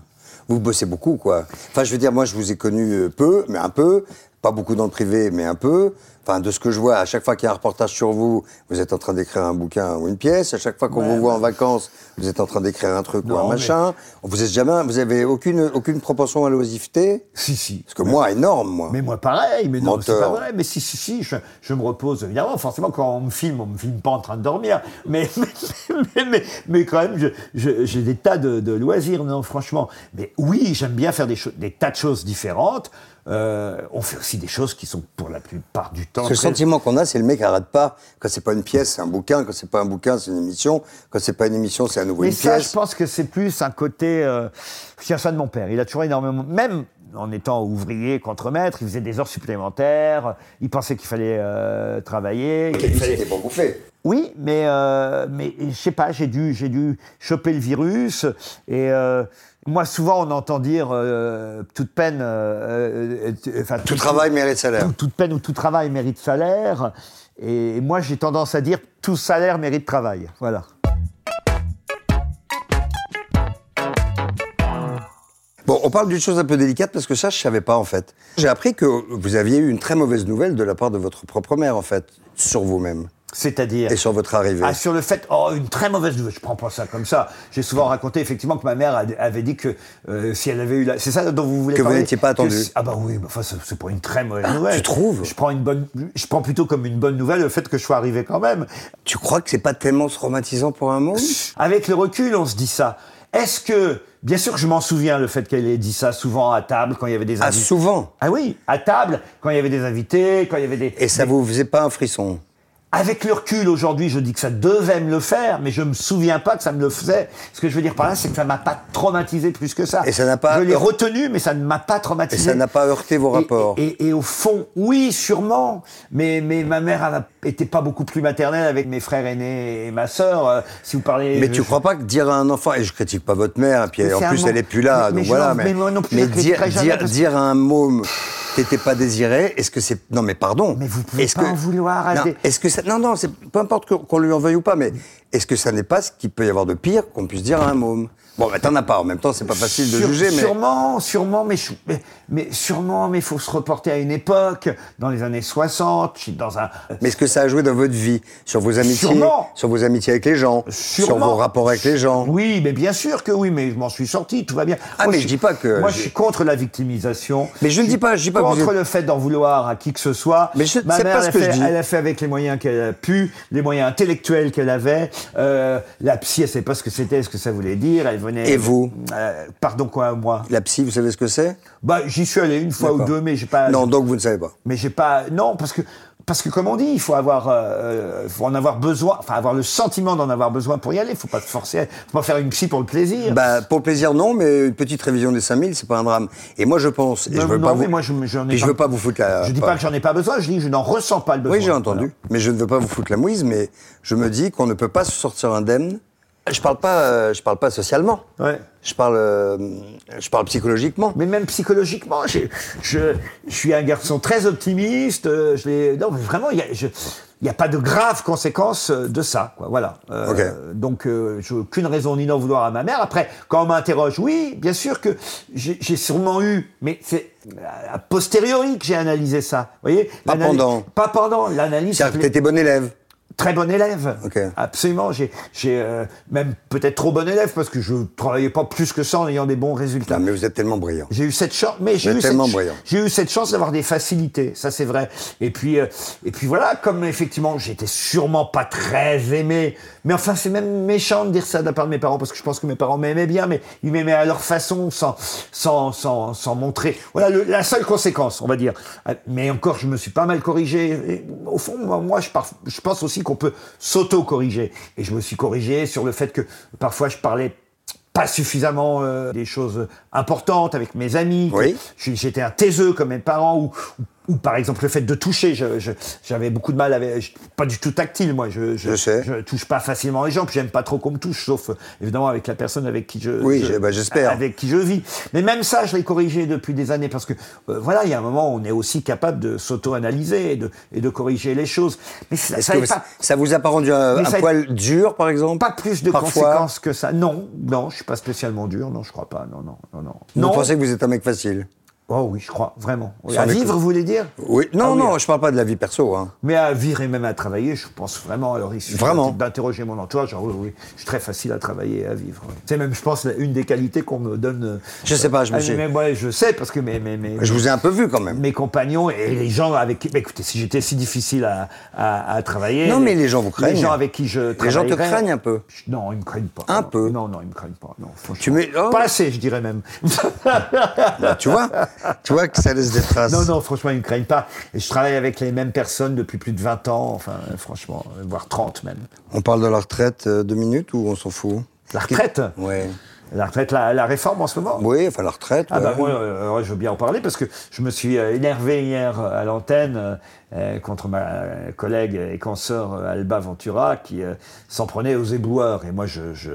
[SPEAKER 4] Vous bossez beaucoup, quoi. Enfin, je veux dire, moi, je vous ai connu euh, peu, mais un peu. Pas beaucoup dans le privé, mais un peu. Enfin, de ce que je vois, à chaque fois qu'il y a un reportage sur vous, vous êtes en train d'écrire un bouquin ou une pièce. À chaque fois qu'on vous voit en vacances, vous êtes en train d'écrire un truc ou
[SPEAKER 3] Non,
[SPEAKER 4] un
[SPEAKER 3] mais-
[SPEAKER 4] machin. Vous êtes jamais, vous avez aucune, aucune propension à l'oisiveté.
[SPEAKER 3] Si, si.
[SPEAKER 4] Parce que moi, énorme, moi.
[SPEAKER 3] Mais moi, pareil, mais non, c'est
[SPEAKER 4] Menteur.
[SPEAKER 3] pas vrai. Mais si, si, si, je, je me repose, évidemment. Forcément, quand on me filme, on me filme pas en train de dormir. Mais, mais, mais, mais- mais quand même, je- je- j'ai des tas de, de loisirs, non, franchement. Mais oui, j'aime bien faire des, cho- des tas de choses différentes. Euh, on fait aussi des choses qui sont, pour la plupart du temps,
[SPEAKER 4] Parce que le
[SPEAKER 3] très-
[SPEAKER 4] sentiment qu'on a, c'est le mec arrête pas. Quand c'est pas une pièce, c'est un bouquin. Quand c'est pas un bouquin, c'est une émission. Quand c'est pas une émission, c'est à nouveau
[SPEAKER 3] Mais
[SPEAKER 4] une
[SPEAKER 3] ça,
[SPEAKER 4] pièce.
[SPEAKER 3] je pense que c'est plus un côté. Euh, je tiens ça de mon père. Il a toujours énormément. Même en étant ouvrier, contremaître, il faisait des heures supplémentaires. Il pensait qu'il fallait euh, travailler.
[SPEAKER 4] Et puis, C'était pour bouffer.
[SPEAKER 3] Oui, mais, euh, mais je sais pas, j'ai dû, j'ai dû choper le virus. Et euh, moi, souvent, on entend dire euh, toute peine. euh, euh, euh, enfin,
[SPEAKER 4] Tout travail mérite salaire.
[SPEAKER 3] tout- toute peine ou tout travail mérite salaire. Et moi, j'ai tendance à dire tout salaire mérite travail. Voilà.
[SPEAKER 4] Bon, on parle d'une chose un peu délicate parce que ça, je savais pas en fait. J'ai appris que vous aviez eu une très mauvaise nouvelle de la part de votre propre mère en fait, sur vous-même
[SPEAKER 3] C'est-à-dire.
[SPEAKER 4] et sur votre arrivée.
[SPEAKER 3] Ah, sur le fait, oh, une très mauvaise nouvelle. Je prends pas ça comme ça. J'ai souvent raconté effectivement que ma mère a- avait dit que euh, si elle avait eu la, c'est ça dont vous voulez
[SPEAKER 4] Que vous
[SPEAKER 3] parler
[SPEAKER 4] n'étiez pas
[SPEAKER 3] Que
[SPEAKER 4] attendu. Ah,
[SPEAKER 3] si- Ah bah oui, bah, enfin c'est- c'est pas une très mauvaise nouvelle.
[SPEAKER 4] tu trouves
[SPEAKER 3] Je prends une bonne, je prends plutôt comme une bonne nouvelle le fait que je sois arrivé quand même.
[SPEAKER 4] Tu crois que c'est pas tellement traumatisant pour un monde
[SPEAKER 3] Avec le recul, on se dit ça. Est-ce que, bien sûr, que je m'en souviens le fait qu'elle ait dit ça souvent à table quand il y avait des
[SPEAKER 4] Ah,
[SPEAKER 3] invités.
[SPEAKER 4] souvent.
[SPEAKER 3] Ah oui, à table quand il y avait des invités, quand il y avait des.
[SPEAKER 4] Et ça vous faisait pas un frisson
[SPEAKER 3] Avec le recul aujourd'hui, je dis que ça devait me le faire, mais je me souviens pas que ça me le faisait. Ce que je veux dire par là, c'est que ça m'a pas traumatisé plus que ça.
[SPEAKER 4] Et ça n'a pas-
[SPEAKER 3] Je l'ai retenu, mais ça ne m'a pas
[SPEAKER 4] Et
[SPEAKER 3] traumatisé.
[SPEAKER 4] ça n'a pas heurté
[SPEAKER 3] Et-
[SPEAKER 4] vos rapports
[SPEAKER 3] Et, et- et au fond, oui, sûrement. Mais, mais ma mère n'était pas beaucoup plus maternelle avec mes frères aînés et ma sœur. euh, si vous parlez.
[SPEAKER 4] Mais
[SPEAKER 3] je-
[SPEAKER 4] tu crois pas que dire à un enfant, et je critique pas votre mère, et puis
[SPEAKER 3] Mais
[SPEAKER 4] en
[SPEAKER 3] c'est un
[SPEAKER 4] plus
[SPEAKER 3] mot-
[SPEAKER 4] elle est plus là,
[SPEAKER 3] mais- mais
[SPEAKER 4] donc
[SPEAKER 3] je
[SPEAKER 4] voilà,
[SPEAKER 3] l'en- mais moi non plus, je
[SPEAKER 4] mais
[SPEAKER 3] la
[SPEAKER 4] dire,
[SPEAKER 3] critiquerai jamais
[SPEAKER 4] dire,
[SPEAKER 3] parce que-
[SPEAKER 4] dire à un môme, t'étais pas désiré, est-ce que c'est. Non mais pardon.
[SPEAKER 3] Mais vous pouvez
[SPEAKER 4] Est-ce
[SPEAKER 3] pas en vouloir à
[SPEAKER 4] Non,
[SPEAKER 3] des-
[SPEAKER 4] Est-ce que ça. Non, non, c'est- peu importe que- qu'on lui en veuille ou pas, mais est-ce que ça n'est pas ce qu'il peut y avoir de pire qu'on puisse dire à un môme Bon, bah t'en as pas, en même temps, c'est pas facile de
[SPEAKER 3] Sûre-
[SPEAKER 4] juger, mais.
[SPEAKER 3] Sûrement, sûrement, mais, chou- mais, mais sûrement, mais faut se reporter à une époque, dans les années 60, je- dans un, euh,
[SPEAKER 4] Mais est-ce que ça a joué dans votre vie Sur vos amitiés
[SPEAKER 3] Sûrement.
[SPEAKER 4] Sur vos amitiés avec les gens Sur
[SPEAKER 3] Sûrement.
[SPEAKER 4] vos rapports avec les gens
[SPEAKER 3] Oui, mais bien sûr que oui, mais je m'en suis sorti, tout va bien.
[SPEAKER 4] Ah, mais je
[SPEAKER 3] suis-
[SPEAKER 4] dis pas que-
[SPEAKER 3] Moi,
[SPEAKER 4] je-
[SPEAKER 3] je suis contre la victimisation.
[SPEAKER 4] Mais je ne dis pas- je dis pas que vous
[SPEAKER 3] Contre
[SPEAKER 4] êtes-
[SPEAKER 3] le fait d'en vouloir à qui que ce soit.
[SPEAKER 4] Mais je-
[SPEAKER 3] Ma
[SPEAKER 4] c'est
[SPEAKER 3] mère,
[SPEAKER 4] pas
[SPEAKER 3] elle
[SPEAKER 4] ce
[SPEAKER 3] a
[SPEAKER 4] que
[SPEAKER 3] fait-
[SPEAKER 4] je dis.
[SPEAKER 3] Elle a fait avec les moyens qu'elle a pu, les moyens intellectuels qu'elle avait. Euh, la psy, elle ne savait pas ce que c'était, ce que ça voulait dire. Elle venait.
[SPEAKER 4] Et vous
[SPEAKER 3] Euh, Pardon quoi, moi
[SPEAKER 4] La psy, vous savez ce que c'est
[SPEAKER 3] Bah, j'y suis allé une fois ou
[SPEAKER 4] D'accord.
[SPEAKER 3] deux, mais j'ai pas.
[SPEAKER 4] Non, donc vous ne savez pas.
[SPEAKER 3] Mais j'ai pas. Non, parce que Parce que comme on dit, il faut avoir, euh, faut en avoir besoin, enfin avoir le sentiment d'en avoir besoin pour y aller. Faut pas se forcer, faut pas faire une psy pour le plaisir. Euh,
[SPEAKER 4] Bah, pour le plaisir, non, mais une petite révision des 5000, c'est pas un drame. Et moi, je pense, et
[SPEAKER 3] Non,
[SPEAKER 4] je veux
[SPEAKER 3] Bah, non,
[SPEAKER 4] pas
[SPEAKER 3] mais
[SPEAKER 4] vous,
[SPEAKER 3] moi, je- j'en ai
[SPEAKER 4] puis je
[SPEAKER 3] pas-
[SPEAKER 4] veux pas vous foutre la,
[SPEAKER 3] je dis pas que j'en ai pas besoin, je dis que je n'en ressens pas le besoin.
[SPEAKER 4] oui, j'ai entendu, mais je ne veux pas vous foutre la mouise, mais je me dis qu'on ne peut pas se sortir indemne. Je parle pas, euh, je parle pas socialement.
[SPEAKER 3] Voilà. Ouais.
[SPEAKER 4] Je parle, euh, je parle psychologiquement.
[SPEAKER 3] Mais même psychologiquement, j'ai- je, je suis un garçon très optimiste. euh, Je l'ai- non, mais vraiment, il y a, je- il y a pas de graves conséquences euh, de ça. Quoi, voilà. Euh,
[SPEAKER 4] Ok.
[SPEAKER 3] Donc, euh, j'ai aucune raison ni d'en vouloir à ma mère. Après, quand on m'interroge, oui, bien sûr que j'ai j'ai sûrement eu, mais c'est euh, a posteriori que j'ai analysé ça. Vous voyez
[SPEAKER 4] Pas
[SPEAKER 3] L'analyse-
[SPEAKER 4] pendant.
[SPEAKER 3] Pas pendant. L'analyse.
[SPEAKER 4] C'est-à-dire que t'étais bon élève.
[SPEAKER 3] Très bon élève.
[SPEAKER 4] Ok.
[SPEAKER 3] Absolument. J'ai j'ai, euh, même peut-être trop bon élève parce que je travaillais pas plus que ça en ayant des bons résultats.
[SPEAKER 4] Putain, Ah, mais vous êtes tellement brillant.
[SPEAKER 3] J'ai eu cette chance, mais j'ai
[SPEAKER 4] Mais
[SPEAKER 3] eu cette,
[SPEAKER 4] tellement
[SPEAKER 3] ch-
[SPEAKER 4] brillant.
[SPEAKER 3] j'ai eu cette chance d'avoir des facilités, ça c'est vrai. Et puis, euh, et puis voilà, comme effectivement, j'étais sûrement pas très aimé, mais enfin c'est même méchant de dire ça de la part de mes parents parce que je pense que mes parents m'aimaient bien, mais ils m'aimaient à leur façon, sans, sans, sans, sans montrer. Voilà le- la seule conséquence, on va dire. Euh, Mais encore, je me suis pas mal corrigé. Et au fond, moi, moi, je, par- je pense aussi qu'on peut s'auto-corriger. Et je me suis corrigé sur le fait que parfois je parlais pas suffisamment euh, des choses importantes avec mes amis. que
[SPEAKER 4] Oui.
[SPEAKER 3] je- J'étais un taiseux comme mes parents ou, ou- ou par exemple le fait de toucher. je- je- J'avais beaucoup de mal avec, je- pas du tout tactile moi. Je,
[SPEAKER 4] Je sais.
[SPEAKER 3] touche pas facilement les gens. Puis j'aime pas trop qu'on me touche, sauf euh, évidemment avec la personne avec qui je.
[SPEAKER 4] Oui,
[SPEAKER 3] je-
[SPEAKER 4] j'ai- bah, j'espère.
[SPEAKER 3] Avec qui je vis. Mais même ça, je l'ai corrigé depuis des années parce que euh, voilà, il y a un moment, on est aussi capable de s'auto-analyser et de, et de corriger les choses. Mais ça,
[SPEAKER 4] Est-ce
[SPEAKER 3] ça
[SPEAKER 4] que
[SPEAKER 3] est
[SPEAKER 4] vous-
[SPEAKER 3] pas-
[SPEAKER 4] ça vous a pas rendu un,
[SPEAKER 3] Mais
[SPEAKER 4] un
[SPEAKER 3] ça-
[SPEAKER 4] poil dur, par exemple
[SPEAKER 3] pas plus de
[SPEAKER 4] Parfois
[SPEAKER 3] conséquences que ça. Non, non, je suis pas spécialement dur. Non, je crois pas. Non, non, non, non.
[SPEAKER 4] Vous
[SPEAKER 3] non.
[SPEAKER 4] pensez que vous êtes un mec facile
[SPEAKER 3] Oh oui, je crois vraiment. Oui,
[SPEAKER 4] Sans
[SPEAKER 3] à
[SPEAKER 4] déconner.
[SPEAKER 3] vivre, vous voulez dire
[SPEAKER 4] Oui. Non,
[SPEAKER 3] Ah oui,
[SPEAKER 4] non,
[SPEAKER 3] hein.
[SPEAKER 4] je parle pas de la vie perso. Hein.
[SPEAKER 3] Mais à vivre et même à travailler, je pense vraiment. Alors, il suffit
[SPEAKER 4] Vraiment.
[SPEAKER 3] d'interroger mon entourage. Genre, oui, oui, je suis très facile à travailler et à vivre. oui. C'est même, je pense, une des qualités qu'on me donne. euh,
[SPEAKER 4] Je sais pas, je me
[SPEAKER 3] ah,
[SPEAKER 4] suis-
[SPEAKER 3] Mais moi, je sais parce que mes, mes, mes,
[SPEAKER 4] Je vous ai un peu vu quand même.
[SPEAKER 3] mes compagnons et les gens avec qui. bah, écoutez, si j'étais si difficile à, à, à travailler.
[SPEAKER 4] Non, mais les gens vous craignent.
[SPEAKER 3] Les gens avec qui je
[SPEAKER 4] Les gens te
[SPEAKER 3] travaillerais-
[SPEAKER 4] craignent un peu.
[SPEAKER 3] Je- Non, ils me craignent pas.
[SPEAKER 4] Un
[SPEAKER 3] non.
[SPEAKER 4] peu.
[SPEAKER 3] Non, non, ils me craignent pas. Non, franchement.
[SPEAKER 4] Tu mets- oh.
[SPEAKER 3] Pas assez, je dirais même.
[SPEAKER 4] Bah, tu vois Tu vois que ça laisse des traces.
[SPEAKER 3] Non, non, franchement, ils ne craignent pas. Et je travaille avec les mêmes personnes depuis plus de 20 ans, enfin, euh, franchement, euh, voire 30 même.
[SPEAKER 4] On parle de la retraite euh, deux minutes ou on s'en fout
[SPEAKER 3] La retraite
[SPEAKER 4] Ouais.
[SPEAKER 3] La retraite, la, la réforme en ce moment
[SPEAKER 4] Oui, enfin la retraite.
[SPEAKER 3] Ah bah
[SPEAKER 4] ouais.
[SPEAKER 3] moi, euh, ouais, je veux bien en parler parce que je me suis euh, énervé hier euh, à l'antenne euh, euh, contre ma euh, collègue et consoeur euh, Alba Ventura qui euh, s'en prenait aux éboueurs. Et moi, je, je...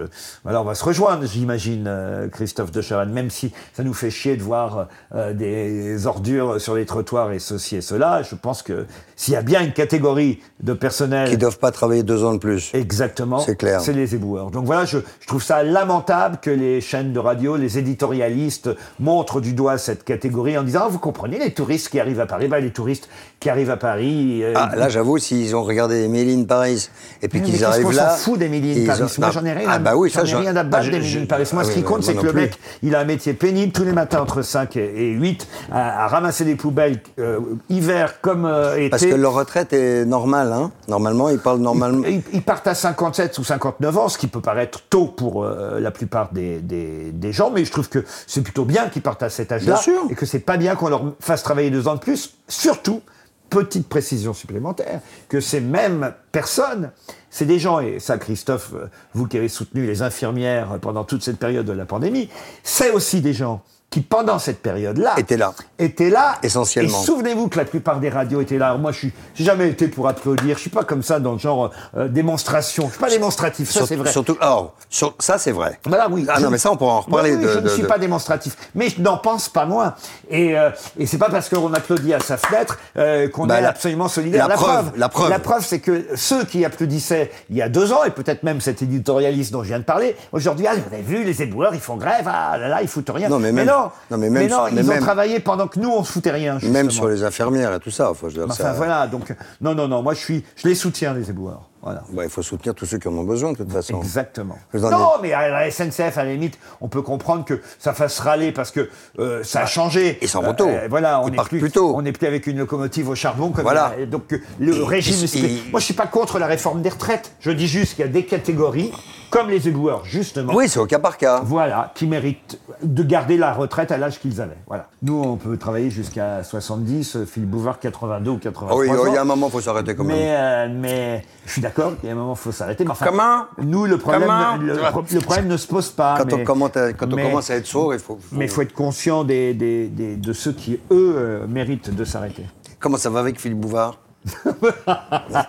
[SPEAKER 3] Alors on va se rejoindre, j'imagine, euh, Christophe de Chavannes, même si ça nous fait chier de voir euh, des ordures sur les trottoirs et ceci et cela. Je pense que s'il y a bien une catégorie de personnel
[SPEAKER 4] Qui doivent pas travailler deux ans de plus.
[SPEAKER 3] Exactement.
[SPEAKER 4] C'est clair.
[SPEAKER 3] C'est les éboueurs. Donc voilà, je, je trouve ça lamentable que les chaînes de radio, les éditorialistes montrent du doigt cette catégorie en disant Ah, vous comprenez les touristes qui arrivent à Paris, bah, les touristes qui arrivent à Paris. euh,
[SPEAKER 4] Ah, là, j'avoue, s'ils ont regardé Emily in Paris et puis
[SPEAKER 3] mais
[SPEAKER 4] qu'ils
[SPEAKER 3] qu'est-ce
[SPEAKER 4] arrivent
[SPEAKER 3] qu'on
[SPEAKER 4] là.
[SPEAKER 3] s'en fout d'Emily in
[SPEAKER 4] ils
[SPEAKER 3] Paris.
[SPEAKER 4] ont-
[SPEAKER 3] Moi,
[SPEAKER 4] Ah,
[SPEAKER 3] j'en ai rien. à-
[SPEAKER 4] Ah, bah oui, ça,
[SPEAKER 3] j'en ai rien à
[SPEAKER 4] ah,
[SPEAKER 3] battre
[SPEAKER 4] je-
[SPEAKER 3] d'Emily
[SPEAKER 4] je-
[SPEAKER 3] in Paris. Moi,
[SPEAKER 4] ah
[SPEAKER 3] ce
[SPEAKER 4] oui,
[SPEAKER 3] qui
[SPEAKER 4] bah,
[SPEAKER 3] compte,
[SPEAKER 4] moi
[SPEAKER 3] c'est
[SPEAKER 4] non
[SPEAKER 3] que le
[SPEAKER 4] plus.
[SPEAKER 3] mec, il a un métier pénible tous les matins entre 5 et et 8 à, à ramasser des poubelles euh, hiver comme euh, été.
[SPEAKER 4] Parce que leur retraite est normale, hein. Normalement, ils parlent normalement.
[SPEAKER 3] Ils, ils partent à 57 ou 59 ans, ce qui peut paraître tôt pour euh, la plupart des, des- des gens, mais je trouve que c'est plutôt bien qu'ils partent à cet
[SPEAKER 4] Bien
[SPEAKER 3] âge-là
[SPEAKER 4] sûr.
[SPEAKER 3] et que c'est pas bien qu'on leur fasse travailler deux ans de plus. Surtout, petite précision supplémentaire, que ces mêmes personnes, c'est des gens, et ça Christophe, euh, vous qui avez soutenu les infirmières pendant toute cette période de la pandémie, c'est aussi des gens qui pendant cette période-là
[SPEAKER 4] Étaient là.
[SPEAKER 3] étaient là
[SPEAKER 4] Essentiellement.
[SPEAKER 3] et Souvenez-vous que la plupart des radios étaient là. Alors moi, je suis j'ai jamais été pour applaudir. Je suis pas comme ça dans le genre euh, démonstration. Je suis pas démonstratif, ça
[SPEAKER 4] Sur-
[SPEAKER 3] c'est vrai.
[SPEAKER 4] Surtout, oh, sur- ça, c'est vrai.
[SPEAKER 3] Voilà, oui.
[SPEAKER 4] Ah
[SPEAKER 3] Je-
[SPEAKER 4] non, mais ça, on pourra en reparler.
[SPEAKER 3] Bah oui,
[SPEAKER 4] de-
[SPEAKER 3] je
[SPEAKER 4] de-
[SPEAKER 3] ne suis
[SPEAKER 4] de-
[SPEAKER 3] pas démonstratif, mais je n'en pense pas moins. Et, euh, et c'est pas parce qu'on applaudit à sa fenêtre euh, qu'on
[SPEAKER 4] Bah,
[SPEAKER 3] est
[SPEAKER 4] la-
[SPEAKER 3] absolument solidaire.
[SPEAKER 4] la preuve, la preuve.
[SPEAKER 3] c'est que ceux qui applaudissaient il y a deux ans, et peut-être même cet éditorialiste dont je viens de parler, aujourd'hui, ah, vous avez vu, les éboueurs, ils font grève, ah là là, ils foutent rien.
[SPEAKER 4] Non, mais même-
[SPEAKER 3] non,
[SPEAKER 4] non, mais même-
[SPEAKER 3] non,
[SPEAKER 4] mais
[SPEAKER 3] ils
[SPEAKER 4] même-
[SPEAKER 3] ont travaillé pendant que nous, on se foutait rien.
[SPEAKER 4] Même
[SPEAKER 3] justement.
[SPEAKER 4] sur les infirmières et tout ça. Enfin, je veux dire,
[SPEAKER 3] Enfin
[SPEAKER 4] ça-
[SPEAKER 3] voilà, donc non, non, non, moi je suis, je les soutiens les éboueurs. Voilà.
[SPEAKER 4] Bah, il faut soutenir tous ceux qui en ont besoin, de toute façon.
[SPEAKER 3] Exactement.
[SPEAKER 4] Vous en
[SPEAKER 3] Non, mais à la SNCF, à la limite, on peut comprendre que ça fasse râler parce que euh,
[SPEAKER 4] Bah,
[SPEAKER 3] ça a changé. Euh,
[SPEAKER 4] ils sont en retour.
[SPEAKER 3] voilà, on
[SPEAKER 4] Ils
[SPEAKER 3] est
[SPEAKER 4] partent
[SPEAKER 3] plus,
[SPEAKER 4] plus tôt.
[SPEAKER 3] On n'est plus avec une locomotive au charbon. Comme
[SPEAKER 4] Voilà.
[SPEAKER 3] et donc euh, le
[SPEAKER 4] Et-
[SPEAKER 3] régime.
[SPEAKER 4] et-
[SPEAKER 3] spé- Moi, je suis pas contre la réforme des retraites. Je dis juste qu'il y a des catégories, comme les éboueurs, justement.
[SPEAKER 4] Oui, c'est au cas par cas.
[SPEAKER 3] Voilà, qui méritent de garder la retraite à l'âge qu'ils avaient. Voilà. Nous, on peut travailler jusqu'à 70, euh, Philippe Bouvard 82 ou 83
[SPEAKER 4] Ah oui,
[SPEAKER 3] ans.
[SPEAKER 4] il y a un moment, il faut s'arrêter quand même.
[SPEAKER 3] Mais, euh, mais je suis d'accord, il y a un moment, il faut s'arrêter. mais enfin,
[SPEAKER 4] Comment
[SPEAKER 3] Nous, le problème,
[SPEAKER 4] Comment
[SPEAKER 3] le, le problème ne se pose pas.
[SPEAKER 4] Quand,
[SPEAKER 3] mais-
[SPEAKER 4] on, commence à, quand
[SPEAKER 3] mais-
[SPEAKER 4] on commence à être sourd, il faut. faut-
[SPEAKER 3] Mais il faut être conscient des, des- des- de ceux qui, eux, euh, méritent de s'arrêter.
[SPEAKER 4] Comment ça va avec Philippe Bouvard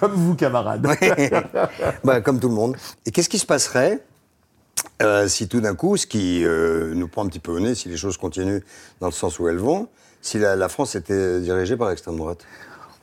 [SPEAKER 3] Comme vous, camarades.
[SPEAKER 4] Bah, Comme tout le monde. Et qu'est-ce qui se passerait euh, si tout d'un coup, ce qui euh, nous prend un petit peu au nez, si les choses continuent dans le sens où elles vont, si la, la France était dirigée par l'extrême droite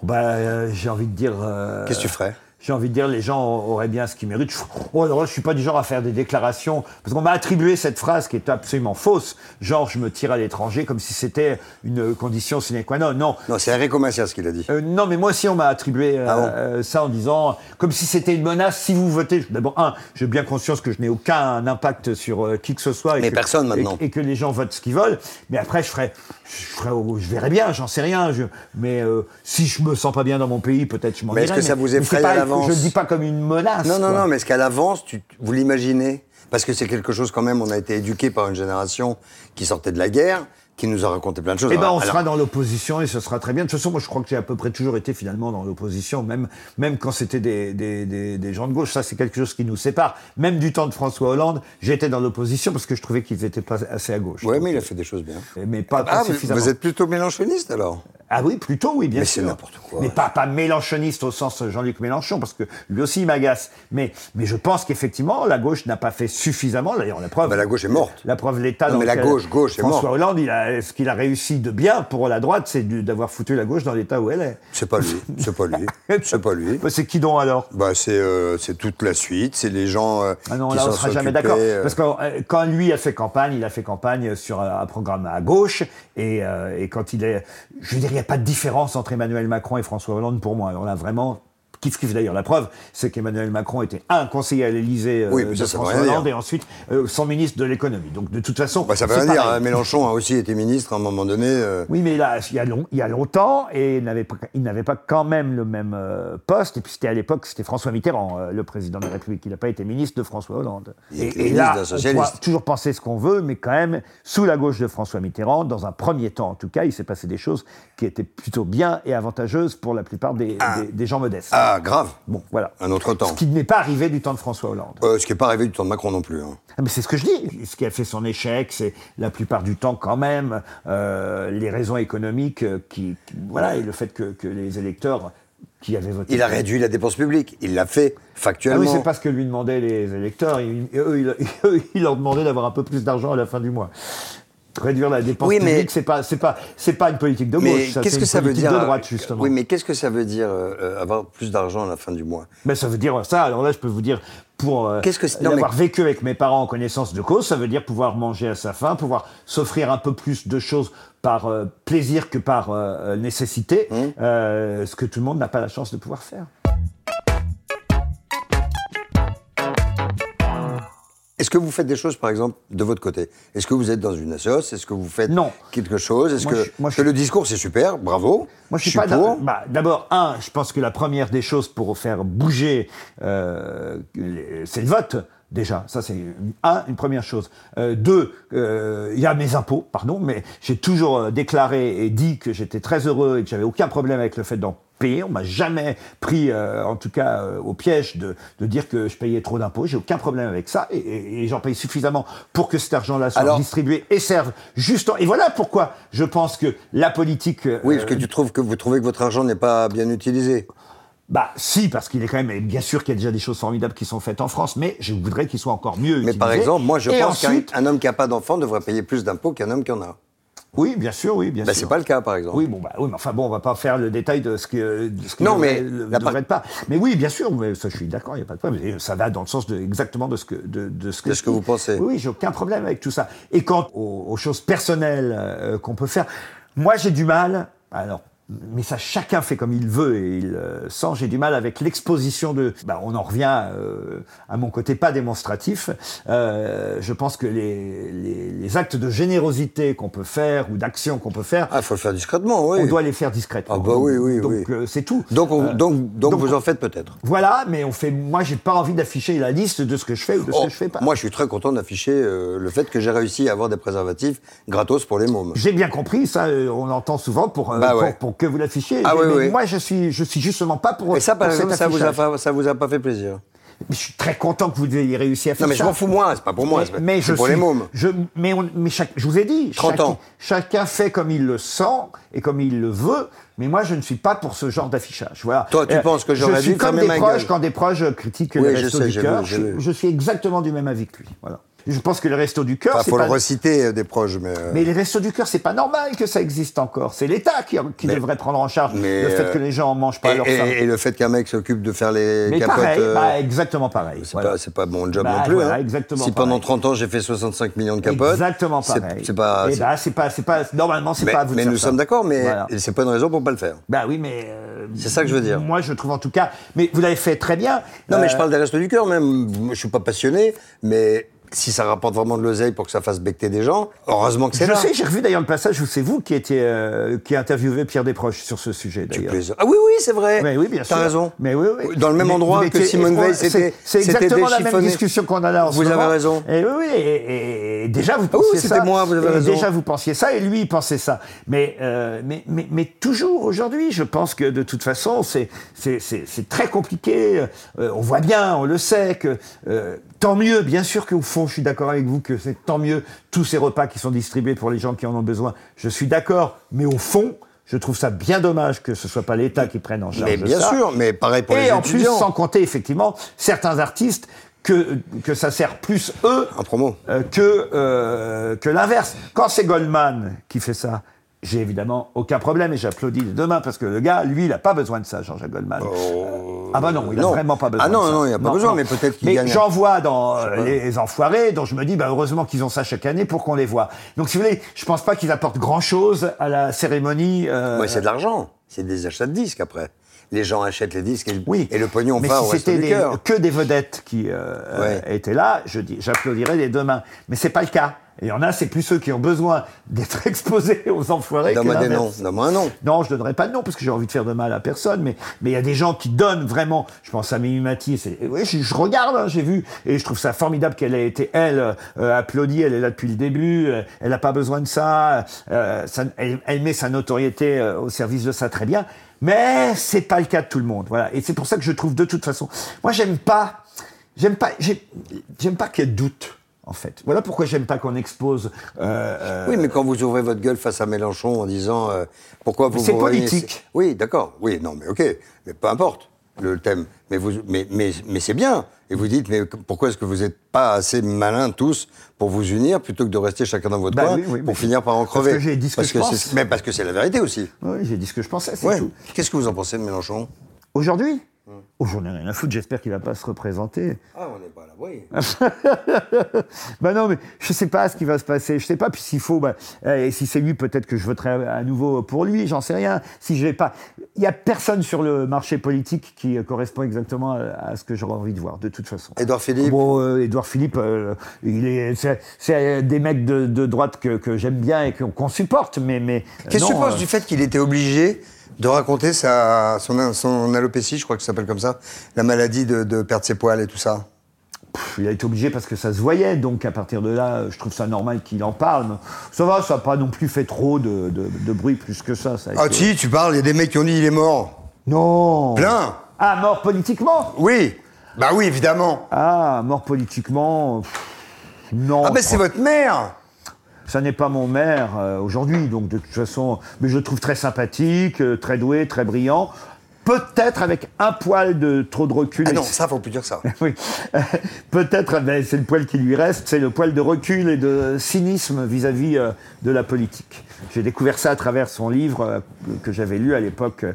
[SPEAKER 3] Bah, euh, j'ai envie de dire. euh,
[SPEAKER 4] Qu'est-ce que tu ferais
[SPEAKER 3] J'ai envie de dire, les gens auraient bien ce qu'ils méritent. Je, oh, alors là, je suis pas du genre à faire des déclarations, parce qu'on m'a attribué cette phrase qui est absolument fausse. Genre, je me tire à l'étranger comme si c'était une condition sine qua non. Non,
[SPEAKER 4] Non, c'est Enrico Macias qui l'a dit.
[SPEAKER 3] Euh, non, mais moi aussi, on m'a attribué euh,
[SPEAKER 4] Ah bon
[SPEAKER 3] euh, ça en disant, comme si c'était une menace, si vous votez. D'abord, un, j'ai bien conscience que je n'ai aucun impact sur euh, qui que ce soit. Et
[SPEAKER 4] Mais
[SPEAKER 3] que-
[SPEAKER 4] personne, maintenant.
[SPEAKER 3] Et, et que les gens votent ce qu'ils veulent. Mais après, je ferai, je, ferai au- je verrai bien, j'en sais rien. je- mais euh, si je me sens pas bien dans mon pays, peut-être je m'en
[SPEAKER 4] Mais est-ce
[SPEAKER 3] irai,
[SPEAKER 4] que ça vous
[SPEAKER 3] mais c'est
[SPEAKER 4] effraie
[SPEAKER 3] pas-
[SPEAKER 4] à l'avance
[SPEAKER 3] Je le dis pas comme une menace.
[SPEAKER 4] Non, non,
[SPEAKER 3] quoi.
[SPEAKER 4] non, mais est-ce qu'à l'avance, tu- vous l'imaginez Parce que c'est quelque chose quand même, on a été éduqué par une génération qui sortait de la guerre, qui nous a raconté plein de choses.
[SPEAKER 3] Eh ben, on
[SPEAKER 4] Alors-
[SPEAKER 3] sera dans l'opposition et ce sera très bien. De toute façon, moi, je crois que j'ai à peu près toujours été finalement dans l'opposition, même, même quand c'était des, des, des, des gens de gauche. Ça, c'est quelque chose qui nous sépare. Même du temps de François Hollande, j'étais dans l'opposition parce que je trouvais qu'ils étaient pas assez à gauche. euh,
[SPEAKER 4] Ouais, mais il a fait des choses bien.
[SPEAKER 3] Mais pas, pas
[SPEAKER 4] Ah, vous,
[SPEAKER 3] suffisamment.
[SPEAKER 4] vous êtes plutôt mélanchoniste alors
[SPEAKER 3] Ah oui, plutôt, oui, bien
[SPEAKER 4] Mais c'est
[SPEAKER 3] sûr.
[SPEAKER 4] n'importe quoi.
[SPEAKER 3] Mais pas, pas mélanchoniste au sens Jean-Luc Mélenchon, parce que lui aussi, il m'agace. Mais, mais je pense qu'effectivement, la gauche n'a pas fait suffisamment. D'ailleurs, la preuve.
[SPEAKER 4] Bah, la gauche est morte.
[SPEAKER 3] La preuve, l'État.
[SPEAKER 4] Non,
[SPEAKER 3] dans
[SPEAKER 4] mais la
[SPEAKER 3] lequel
[SPEAKER 4] gauche, gauche est
[SPEAKER 3] François
[SPEAKER 4] morte.
[SPEAKER 3] Hollande, il a, ce qu'il a réussi de bien pour la droite, c'est du- d'avoir foutu la gauche dans l'État où elle est.
[SPEAKER 4] C'est pas lui, c'est pas lui, c'est pas lui.
[SPEAKER 3] Bah, C'est qui donc alors
[SPEAKER 4] Bah, c'est euh, c'est toute la suite, c'est les gens euh,
[SPEAKER 3] Ah non,
[SPEAKER 4] qui
[SPEAKER 3] là, on
[SPEAKER 4] s'en
[SPEAKER 3] sera
[SPEAKER 4] sont
[SPEAKER 3] jamais
[SPEAKER 4] occupés,
[SPEAKER 3] d'accord.
[SPEAKER 4] euh,
[SPEAKER 3] Parce que euh, quand lui a fait campagne, il a fait campagne sur un un programme à gauche. Et, euh, et quand il est. Je veux dire, il n'y a pas de différence entre Emmanuel Macron et François Hollande pour moi. Alors là, vraiment. Kiff kiff d'ailleurs. La preuve, c'est qu'Emmanuel Macron était un conseiller à l'Élysée euh,
[SPEAKER 4] Oui,
[SPEAKER 3] de
[SPEAKER 4] mais ça, ça veut
[SPEAKER 3] François
[SPEAKER 4] rien dire.
[SPEAKER 3] Hollande et ensuite euh, son ministre de l'économie. Donc de toute façon,
[SPEAKER 4] bah, ça veut
[SPEAKER 3] c'est
[SPEAKER 4] rien dire.
[SPEAKER 3] pareil.
[SPEAKER 4] hein, Mélenchon a aussi été ministre à un moment donné. euh,
[SPEAKER 3] Oui, mais là, il y a, long- il y a longtemps, et il n'avait pas- il n'avait pas quand même le même euh, poste. Et puis c'était à l'époque, c'était François Mitterrand, euh, le président de la République. Il n'a pas été ministre de François Hollande.
[SPEAKER 4] Il était
[SPEAKER 3] et
[SPEAKER 4] ministre
[SPEAKER 3] là,
[SPEAKER 4] d'un
[SPEAKER 3] on
[SPEAKER 4] socialiste.
[SPEAKER 3] pourra toujours penser ce qu'on veut, mais quand même, sous la gauche de François Mitterrand, dans un premier temps en tout cas, il s'est passé des choses qui étaient plutôt bien et avantageuses pour la plupart des, des- des gens modestes.
[SPEAKER 4] Ah, grave.
[SPEAKER 3] Bon, voilà.
[SPEAKER 4] Un autre temps.
[SPEAKER 3] Ce qui n'est pas arrivé du temps de François Hollande.
[SPEAKER 4] Euh, ce qui n'est pas arrivé du temps de Macron non plus. hein.
[SPEAKER 3] Ah, Mais c'est ce que je dis. Ce qui a fait son échec, c'est la plupart du temps quand même euh, les raisons économiques euh, qui, qui- voilà et le fait que, que les électeurs qui avaient voté.
[SPEAKER 4] Il a réduit la dépense publique. Il l'a fait
[SPEAKER 3] Ah
[SPEAKER 4] factuellement.
[SPEAKER 3] oui, c'est pas ce que lui demandaient les électeurs. Ils- eux, ils- eux, ils leur demandaient d'avoir un peu plus d'argent à la fin du mois. Réduire la dépense
[SPEAKER 4] Oui, mais-
[SPEAKER 3] public, c'est pas, c'est pas, c'est pas une politique de
[SPEAKER 4] Mais
[SPEAKER 3] gauche.
[SPEAKER 4] qu'est-ce
[SPEAKER 3] c'est
[SPEAKER 4] que
[SPEAKER 3] une
[SPEAKER 4] ça veut
[SPEAKER 3] politique
[SPEAKER 4] dire
[SPEAKER 3] de droite
[SPEAKER 4] euh,
[SPEAKER 3] justement.
[SPEAKER 4] Oui, mais qu'est-ce que ça veut dire euh, euh, avoir plus d'argent à la fin du mois
[SPEAKER 3] Mais Ben, ça veut dire ça. Alors là, je peux vous dire, pour euh,
[SPEAKER 4] Qu'est-ce que c'est- non, mais-
[SPEAKER 3] l'avoir vécu avec mes parents en connaissance de cause, ça veut dire pouvoir manger à sa faim, pouvoir s'offrir un peu plus de choses par euh, plaisir que par euh, nécessité,
[SPEAKER 4] Mmh.
[SPEAKER 3] euh, ce que tout le monde n'a pas la chance de pouvoir faire.
[SPEAKER 4] Est-ce que vous faites des choses, par exemple, de votre côté Est-ce que vous êtes dans une association Est-ce que vous faites
[SPEAKER 3] Non.
[SPEAKER 4] quelque chose Est-ce
[SPEAKER 3] Moi,
[SPEAKER 4] que,
[SPEAKER 3] je- moi,
[SPEAKER 4] parce que
[SPEAKER 3] je-
[SPEAKER 4] le discours, c'est super, bravo.
[SPEAKER 3] Moi, je suis pas d'un-
[SPEAKER 4] pour.
[SPEAKER 3] bah, D'abord, un, je pense que la première des choses pour faire bouger, euh, les- c'est le vote. Déjà, ça c'est une- un, une première chose. Euh, deux, euh, il y a mes impôts, pardon, mais j'ai toujours euh, déclaré et dit que j'étais très heureux et que j'avais aucun problème avec le fait d'en payer. On m'a jamais pris, euh, en tout cas, euh, au piège de, de dire que je payais trop d'impôts. J'ai aucun problème avec ça et, et- et j'en paye suffisamment pour que cet argent-là soit
[SPEAKER 4] Alors-
[SPEAKER 3] distribué et serve juste. en- Et voilà pourquoi je pense que la politique. euh,
[SPEAKER 4] Oui, parce que tu trouves que vous trouvez que votre argent n'est pas bien utilisé.
[SPEAKER 3] bah si, parce qu'il est quand même, bien sûr qu'il y a déjà des choses formidables qui sont faites en France, mais je voudrais qu'il soit encore mieux
[SPEAKER 4] Mais par
[SPEAKER 3] utilisé.
[SPEAKER 4] exemple, moi, je
[SPEAKER 3] Et
[SPEAKER 4] pense
[SPEAKER 3] ensuite-
[SPEAKER 4] qu'un homme qui n'a pas d'enfant devrait payer plus d'impôts qu'un homme qui en a.
[SPEAKER 3] Oui, bien sûr, oui, bien
[SPEAKER 4] Ben,
[SPEAKER 3] sûr.
[SPEAKER 4] c'est pas le cas, par exemple.
[SPEAKER 3] Oui, bon, bah, oui, mais enfin bon, on va pas faire le détail de ce que de ce qui
[SPEAKER 4] Non,
[SPEAKER 3] devrait-
[SPEAKER 4] mais
[SPEAKER 3] le- devrait
[SPEAKER 4] la part-
[SPEAKER 3] être pas. Mais oui, bien sûr, mais ça, je suis d'accord, il n'y a pas de problème. Et ça va dans le sens de exactement de ce que de, de ce que,
[SPEAKER 4] De
[SPEAKER 3] je
[SPEAKER 4] ce que
[SPEAKER 3] dis.
[SPEAKER 4] vous pensez.
[SPEAKER 3] Oui, j'ai aucun problème avec tout ça. Et quant aux, aux choses personnelles euh, qu'on peut faire, moi j'ai du mal. Alors. mais ça, chacun fait comme il veut et il euh, sent. J'ai du mal avec l'exposition de. Bah, on en revient euh, à mon côté pas démonstratif. Euh, je pense que les, les, les actes de générosité qu'on peut faire ou d'action qu'on peut faire,
[SPEAKER 4] Ah, faut le faire discrètement, oui.
[SPEAKER 3] on doit les faire discrètement.
[SPEAKER 4] Ah bah oui, oui,
[SPEAKER 3] donc
[SPEAKER 4] oui.
[SPEAKER 3] euh, c'est tout.
[SPEAKER 4] Donc, on-
[SPEAKER 3] Euh,
[SPEAKER 4] donc, donc,
[SPEAKER 3] donc-
[SPEAKER 4] vous en faites peut-être.
[SPEAKER 3] voilà, mais on fait. Moi, j'ai pas envie d'afficher la liste de ce que je fais ou de ce
[SPEAKER 4] Oh,
[SPEAKER 3] que je fais pas.
[SPEAKER 4] Moi, je suis très content d'afficher euh, le fait que j'ai réussi à avoir des préservatifs gratos pour les mômes.
[SPEAKER 3] J'ai bien compris, ça, euh, on l'entend souvent pour, euh,
[SPEAKER 4] Bah
[SPEAKER 3] pour-
[SPEAKER 4] ouais.
[SPEAKER 3] pour que vous l'affichiez.
[SPEAKER 4] Ah
[SPEAKER 3] Mais-
[SPEAKER 4] oui,
[SPEAKER 3] mais
[SPEAKER 4] oui.
[SPEAKER 3] Moi, je suis, je suis justement pas pour.
[SPEAKER 4] Et ça, par
[SPEAKER 3] pour cet
[SPEAKER 4] exemple, ça vous, a
[SPEAKER 3] affichage.
[SPEAKER 4] pas, ça vous a pas fait plaisir
[SPEAKER 3] Je suis très content que vous ayez réussi à faire
[SPEAKER 4] Non, mais
[SPEAKER 3] ça.
[SPEAKER 4] je m'en fous moins, c'est pas pour moi,
[SPEAKER 3] Mais-
[SPEAKER 4] c'est
[SPEAKER 3] mais
[SPEAKER 4] c'est
[SPEAKER 3] je
[SPEAKER 4] pour
[SPEAKER 3] suis-
[SPEAKER 4] les mômes.
[SPEAKER 3] Je, mais on- mais chaque- je vous ai dit,
[SPEAKER 4] 30
[SPEAKER 3] chacun,
[SPEAKER 4] ans.
[SPEAKER 3] chacun fait comme il le sent et comme il le veut, mais moi je ne suis pas pour ce genre d'affichage. Voilà. Euh,
[SPEAKER 4] Toi, tu penses que j'aurais
[SPEAKER 3] Je suis
[SPEAKER 4] dû
[SPEAKER 3] comme
[SPEAKER 4] fermer
[SPEAKER 3] des
[SPEAKER 4] ma
[SPEAKER 3] proches,
[SPEAKER 4] gueule.
[SPEAKER 3] quand des proches critiquent
[SPEAKER 4] Oui,
[SPEAKER 3] le
[SPEAKER 4] je
[SPEAKER 3] resto
[SPEAKER 4] sais,
[SPEAKER 3] du
[SPEAKER 4] j'ai
[SPEAKER 3] cœur,
[SPEAKER 4] vu, j'ai
[SPEAKER 3] je,
[SPEAKER 4] vu.
[SPEAKER 3] je suis exactement du même avis que lui. Voilà. Je pense que le resto du cœur,
[SPEAKER 4] Il
[SPEAKER 3] c'est
[SPEAKER 4] faut
[SPEAKER 3] pas...
[SPEAKER 4] le reciter euh, des proches, mais... euh,
[SPEAKER 3] Mais les restos du cœur, c'est pas normal que ça existe encore. C'est l'État qui, qui
[SPEAKER 4] Mais-
[SPEAKER 3] devrait prendre en charge
[SPEAKER 4] mais,
[SPEAKER 3] le fait
[SPEAKER 4] euh,
[SPEAKER 3] que les gens en mangent pas à
[SPEAKER 4] et,
[SPEAKER 3] leur
[SPEAKER 4] et-
[SPEAKER 3] faim.
[SPEAKER 4] et le fait qu'un mec s'occupe de faire les
[SPEAKER 3] Mais
[SPEAKER 4] capotes...
[SPEAKER 3] pareil,
[SPEAKER 4] euh,
[SPEAKER 3] bah, exactement pareil.
[SPEAKER 4] c'est
[SPEAKER 3] voilà.
[SPEAKER 4] pas, c'est pas mon job
[SPEAKER 3] Bah,
[SPEAKER 4] non plus.
[SPEAKER 3] voilà,
[SPEAKER 4] hein.
[SPEAKER 3] exactement
[SPEAKER 4] si pendant
[SPEAKER 3] pareil.
[SPEAKER 4] 30 ans j'ai fait 65 millions de capotes,
[SPEAKER 3] Exactement
[SPEAKER 4] c'est-
[SPEAKER 3] pareil.
[SPEAKER 4] C'est pas.
[SPEAKER 3] Eh
[SPEAKER 4] c'est-
[SPEAKER 3] ben, c'est pas, c'est pas. Normalement, c'est
[SPEAKER 4] mais
[SPEAKER 3] pas à vous de
[SPEAKER 4] mais
[SPEAKER 3] faire
[SPEAKER 4] nous
[SPEAKER 3] ça.
[SPEAKER 4] sommes d'accord, mais
[SPEAKER 3] Voilà.
[SPEAKER 4] c'est pas une raison pour pas le faire.
[SPEAKER 3] Bah oui, mais. euh,
[SPEAKER 4] C'est ça que je veux dire.
[SPEAKER 3] Moi, je trouve en tout cas. Mais vous l'avez fait très bien.
[SPEAKER 4] Non, mais je
[SPEAKER 3] Euh,
[SPEAKER 4] parle des restes du cœur même. Moi, Je suis pas passionné, mais si ça rapporte vraiment de l'oseille pour que ça fasse becter des gens, heureusement que c'est
[SPEAKER 3] Je
[SPEAKER 4] là.
[SPEAKER 3] sais, j'ai revu d'ailleurs le passage où c'est vous qui étiez, euh, qui interviewez Pierre Desproches sur ce sujet
[SPEAKER 4] Tu
[SPEAKER 3] d'ailleurs.
[SPEAKER 4] plaisantes. Ah oui, oui, c'est vrai.
[SPEAKER 3] Mais oui, bien sûr.
[SPEAKER 4] T'as raison.
[SPEAKER 3] Mais oui, oui.
[SPEAKER 4] Dans le même
[SPEAKER 3] Mais
[SPEAKER 4] endroit
[SPEAKER 3] vous
[SPEAKER 4] que
[SPEAKER 3] étiez-
[SPEAKER 4] Simone
[SPEAKER 3] on-
[SPEAKER 4] Veil,
[SPEAKER 3] c'est-
[SPEAKER 4] c'était
[SPEAKER 3] C'est
[SPEAKER 4] c'était
[SPEAKER 3] exactement la même
[SPEAKER 4] déchiffonné.
[SPEAKER 3] discussion qu'on a là en ce
[SPEAKER 4] Vous avez
[SPEAKER 3] moment.
[SPEAKER 4] raison. Ah
[SPEAKER 3] Et oui, oui, et, et déjà vous pensiez
[SPEAKER 4] c'était
[SPEAKER 3] ça.
[SPEAKER 4] moi, vous avez
[SPEAKER 3] Et
[SPEAKER 4] raison.
[SPEAKER 3] Déjà vous pensiez ça et lui il pensait ça. Mais, euh, mais, mais, mais toujours aujourd'hui, je pense que de toute façon, c'est c'est- c'est- c'est très compliqué. Euh, on voit bien, on le sait que. euh, Tant mieux, bien sûr que au fond, je suis d'accord avec vous que c'est tant mieux tous ces repas qui sont distribués pour les gens qui en ont besoin. Je suis d'accord, mais au fond, je trouve ça bien dommage que ce soit pas l'État qui prenne en charge
[SPEAKER 4] Mais
[SPEAKER 3] de
[SPEAKER 4] bien
[SPEAKER 3] ça.
[SPEAKER 4] sûr, mais pareil pour
[SPEAKER 3] et
[SPEAKER 4] les
[SPEAKER 3] en plus,
[SPEAKER 4] étudiants.
[SPEAKER 3] sans compter effectivement certains artistes que, que ça sert plus eux
[SPEAKER 4] En promo.
[SPEAKER 3] euh, que, euh, que l'inverse. Quand c'est Goldman qui fait ça, j'ai évidemment aucun problème et j'applaudis les deux mains parce que le gars, lui, il n'a pas besoin de ça, Jean-Jacques Goldman. ah bah non, il n'a
[SPEAKER 4] Oh. non.
[SPEAKER 3] vraiment pas besoin.
[SPEAKER 4] Ah non,
[SPEAKER 3] de ça.
[SPEAKER 4] non, il a pas besoin, mais peut-être qu'il
[SPEAKER 3] Mais
[SPEAKER 4] gagne un-
[SPEAKER 3] j'en vois dans euh,
[SPEAKER 4] pas.
[SPEAKER 3] les enfoirés, dont je me dis, bah, heureusement qu'ils ont ça chaque année pour qu'on les voit. Donc si vous voulez, je pense pas qu'ils apportent grand-chose à la cérémonie. euh,
[SPEAKER 4] Ouais, c'est de l'argent. C'est des achats de disques après. Les gens achètent les disques et, le-
[SPEAKER 3] Oui.
[SPEAKER 4] et le pognon
[SPEAKER 3] Mais
[SPEAKER 4] va au
[SPEAKER 3] si
[SPEAKER 4] reste
[SPEAKER 3] c'était
[SPEAKER 4] du
[SPEAKER 3] des-
[SPEAKER 4] cœur.
[SPEAKER 3] que des vedettes qui euh,
[SPEAKER 4] Ouais.
[SPEAKER 3] étaient là, je dis, j'applaudirais les deux mains. Mais c'est pas le cas. Il y en a, c'est plus ceux qui ont besoin d'être exposés aux enfoirés. que
[SPEAKER 4] Donne-moi des noms.
[SPEAKER 3] l'inverse.
[SPEAKER 4] Donne-moi un nom.
[SPEAKER 3] Non, je donnerai pas de nom parce que j'ai envie de faire de mal à personne, mais mais il y a des gens qui donnent vraiment. Je pense à Mimi Mati, c'est oui, je, je regarde, hein, j'ai vu et je trouve ça formidable qu'elle ait été elle euh, applaudie. Elle est là depuis le début. euh, elle n'a pas besoin de ça. euh, ça- elle, elle met sa notoriété euh, au service de ça très bien. Mais c'est pas le cas de tout le monde, voilà. Et c'est pour ça que je trouve de toute façon. Moi, j'aime pas, j'aime pas, j'ai- j'aime pas qu'il y ait de doute. En fait, voilà pourquoi j'aime pas qu'on expose. euh, euh,
[SPEAKER 4] Oui, mais quand vous ouvrez votre gueule face à Mélenchon en disant euh, pourquoi vous
[SPEAKER 3] c'est
[SPEAKER 4] vous réunissez-
[SPEAKER 3] politique.
[SPEAKER 4] Oui, d'accord. Oui, non, mais ok. Mais peu importe le thème. Mais vous, mais, mais, mais c'est bien. Et vous dites, mais pourquoi est-ce que vous n'êtes pas assez malins tous pour vous unir plutôt que de rester chacun dans votre
[SPEAKER 3] Bah
[SPEAKER 4] coin
[SPEAKER 3] oui, oui, mais-
[SPEAKER 4] pour finir par en
[SPEAKER 3] parce que
[SPEAKER 4] crever
[SPEAKER 3] j'ai dit ce que
[SPEAKER 4] Parce
[SPEAKER 3] je pense.
[SPEAKER 4] c'est- Mais parce que c'est la vérité aussi.
[SPEAKER 3] oui, j'ai dit ce que je pensais, c'est
[SPEAKER 4] Ouais.
[SPEAKER 3] tout.
[SPEAKER 4] Qu'est-ce que vous en pensez de Mélenchon
[SPEAKER 3] Aujourd'hui
[SPEAKER 4] Hum.
[SPEAKER 3] Aujourd'hui, rien à foutre, j'espère qu'il va pas se représenter.
[SPEAKER 4] Ah, on n'est pas là. Oui.
[SPEAKER 3] Bah non, mais je sais pas ce qui va se passer, je sais pas, puis s'il faut, bah, euh, si c'est lui, peut-être que je voterai à à nouveau pour lui, j'en sais rien. Si je vais pas. Il y a personne sur le marché politique qui euh, correspond exactement à, à ce que j'aurais envie de voir, de toute façon.
[SPEAKER 4] Édouard Philippe.
[SPEAKER 3] Bon, euh, Édouard Philippe, euh, il est, c'est, c'est des mecs de, de droite que, que j'aime bien et qu'on, qu'on supporte, mais. mais euh,
[SPEAKER 4] Qu'est-ce que tu
[SPEAKER 3] non,
[SPEAKER 4] penses
[SPEAKER 3] euh,
[SPEAKER 4] du fait qu'il était obligé de raconter sa, son, son alopécie, je crois que ça s'appelle comme ça, la maladie de, de perdre ses poils et tout ça
[SPEAKER 3] Pff, Il a été obligé parce que ça se voyait, donc à partir de là, euh, je trouve ça normal qu'il en parle. Mais Ça va, ça n'a pas non plus fait trop de, de- de bruit plus que Oh. ça. ça a
[SPEAKER 4] Ah
[SPEAKER 3] été-
[SPEAKER 4] si, tu parles, il y a des mecs qui ont dit il est mort.
[SPEAKER 3] Non
[SPEAKER 4] Plein
[SPEAKER 3] Ah, mort politiquement
[SPEAKER 4] Oui Bah oui, évidemment
[SPEAKER 3] Ah, mort politiquement, pff, non.
[SPEAKER 4] Ah bah
[SPEAKER 3] oh.
[SPEAKER 4] c'est votre mère
[SPEAKER 3] Ça n'est pas mon maire euh, aujourd'hui, donc de toute façon, mais je le trouve très sympathique, euh, très doué, très brillant. peut-être avec un poil de trop de recul.
[SPEAKER 4] Ah
[SPEAKER 3] et
[SPEAKER 4] non, ça, faut plus dire ça.
[SPEAKER 3] oui. Peut-être, ben, c'est le poil qui lui reste, c'est le poil de recul et de cynisme vis-à-vis euh, de la politique. J'ai découvert ça à travers son livre euh, que j'avais lu à l'époque,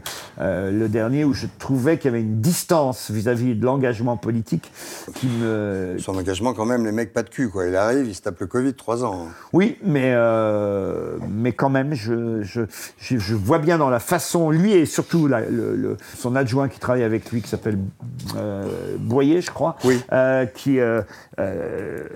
[SPEAKER 3] euh, le dernier, où je trouvais qu'il y avait une distance vis-à-vis de l'engagement politique qui me...
[SPEAKER 4] Son engagement, quand même, les mecs, pas de cul, quoi. Il arrive, il se tape le Covid, trois ans.
[SPEAKER 3] Oui, mais, euh, mais quand même, je, je, je, je vois bien dans la façon, lui et surtout la- le- le- son adjoint qui travaille avec lui, qui s'appelle euh, Boyer, je crois,
[SPEAKER 4] Oui.
[SPEAKER 3] euh, qui, euh, euh,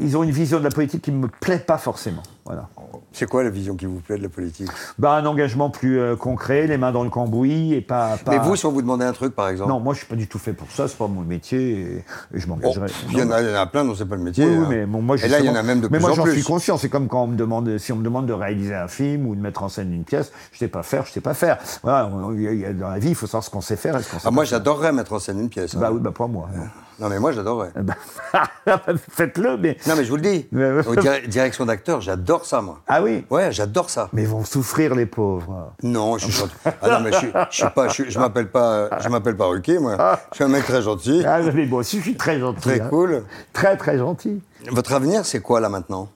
[SPEAKER 3] ils ont une vision de la politique qui ne me plaît pas forcément. Voilà.
[SPEAKER 4] C'est quoi la vision qui vous plaît de la politique
[SPEAKER 3] Bah, un engagement plus euh, concret, les mains dans le cambouis et pas. pas-
[SPEAKER 4] Mais vous, si on vous demandait un truc, par exemple
[SPEAKER 3] Non, moi je suis pas du tout fait pour ça, c'est pas mon métier et, et je
[SPEAKER 4] Bon,
[SPEAKER 3] m'engagerai.
[SPEAKER 4] il y, en a- il y en a plein dont c'est pas le métier.
[SPEAKER 3] Oui, oui,
[SPEAKER 4] hein.
[SPEAKER 3] mais bon, moi,
[SPEAKER 4] Et là, il y en a
[SPEAKER 3] justement-
[SPEAKER 4] même de
[SPEAKER 3] mais
[SPEAKER 4] plus
[SPEAKER 3] moi,
[SPEAKER 4] en
[SPEAKER 3] j'en
[SPEAKER 4] plus.
[SPEAKER 3] suis conscient. C'est comme quand on me demande, si on me demande de réaliser un film ou de mettre en scène une pièce, je sais pas faire, je sais pas faire. Voilà, on- il y a- il y a- dans la vie, il faut savoir ce qu'on sait faire et ce qu'on sait
[SPEAKER 4] Ah,
[SPEAKER 3] pas
[SPEAKER 4] moi,
[SPEAKER 3] faire.
[SPEAKER 4] j'adorerais mettre en scène une pièce. hein.
[SPEAKER 3] Bah oui, bah pas moi. non.
[SPEAKER 4] Non, mais moi, j'adorerais.
[SPEAKER 3] Eh ben, Faites-le, mais.
[SPEAKER 4] Non, mais je vous le dis.
[SPEAKER 3] Ouais, ouais.
[SPEAKER 4] Au dir- direction d'acteur, j'adore ça, moi.
[SPEAKER 3] Ah oui.
[SPEAKER 4] Ouais, j'adore ça.
[SPEAKER 3] Mais ils vont souffrir, les pauvres.
[SPEAKER 4] Non, je suis pas- Ah non, mais je, suis- je suis pas. Je, suis- je m'appelle pas. Je m'appelle pas Ruquier, moi. Je suis un mec très gentil,
[SPEAKER 3] Ah, mais bon, si je suis très gentil.
[SPEAKER 4] très
[SPEAKER 3] hein.
[SPEAKER 4] cool.
[SPEAKER 3] Très, très gentil.
[SPEAKER 4] Votre avenir, c'est quoi là maintenant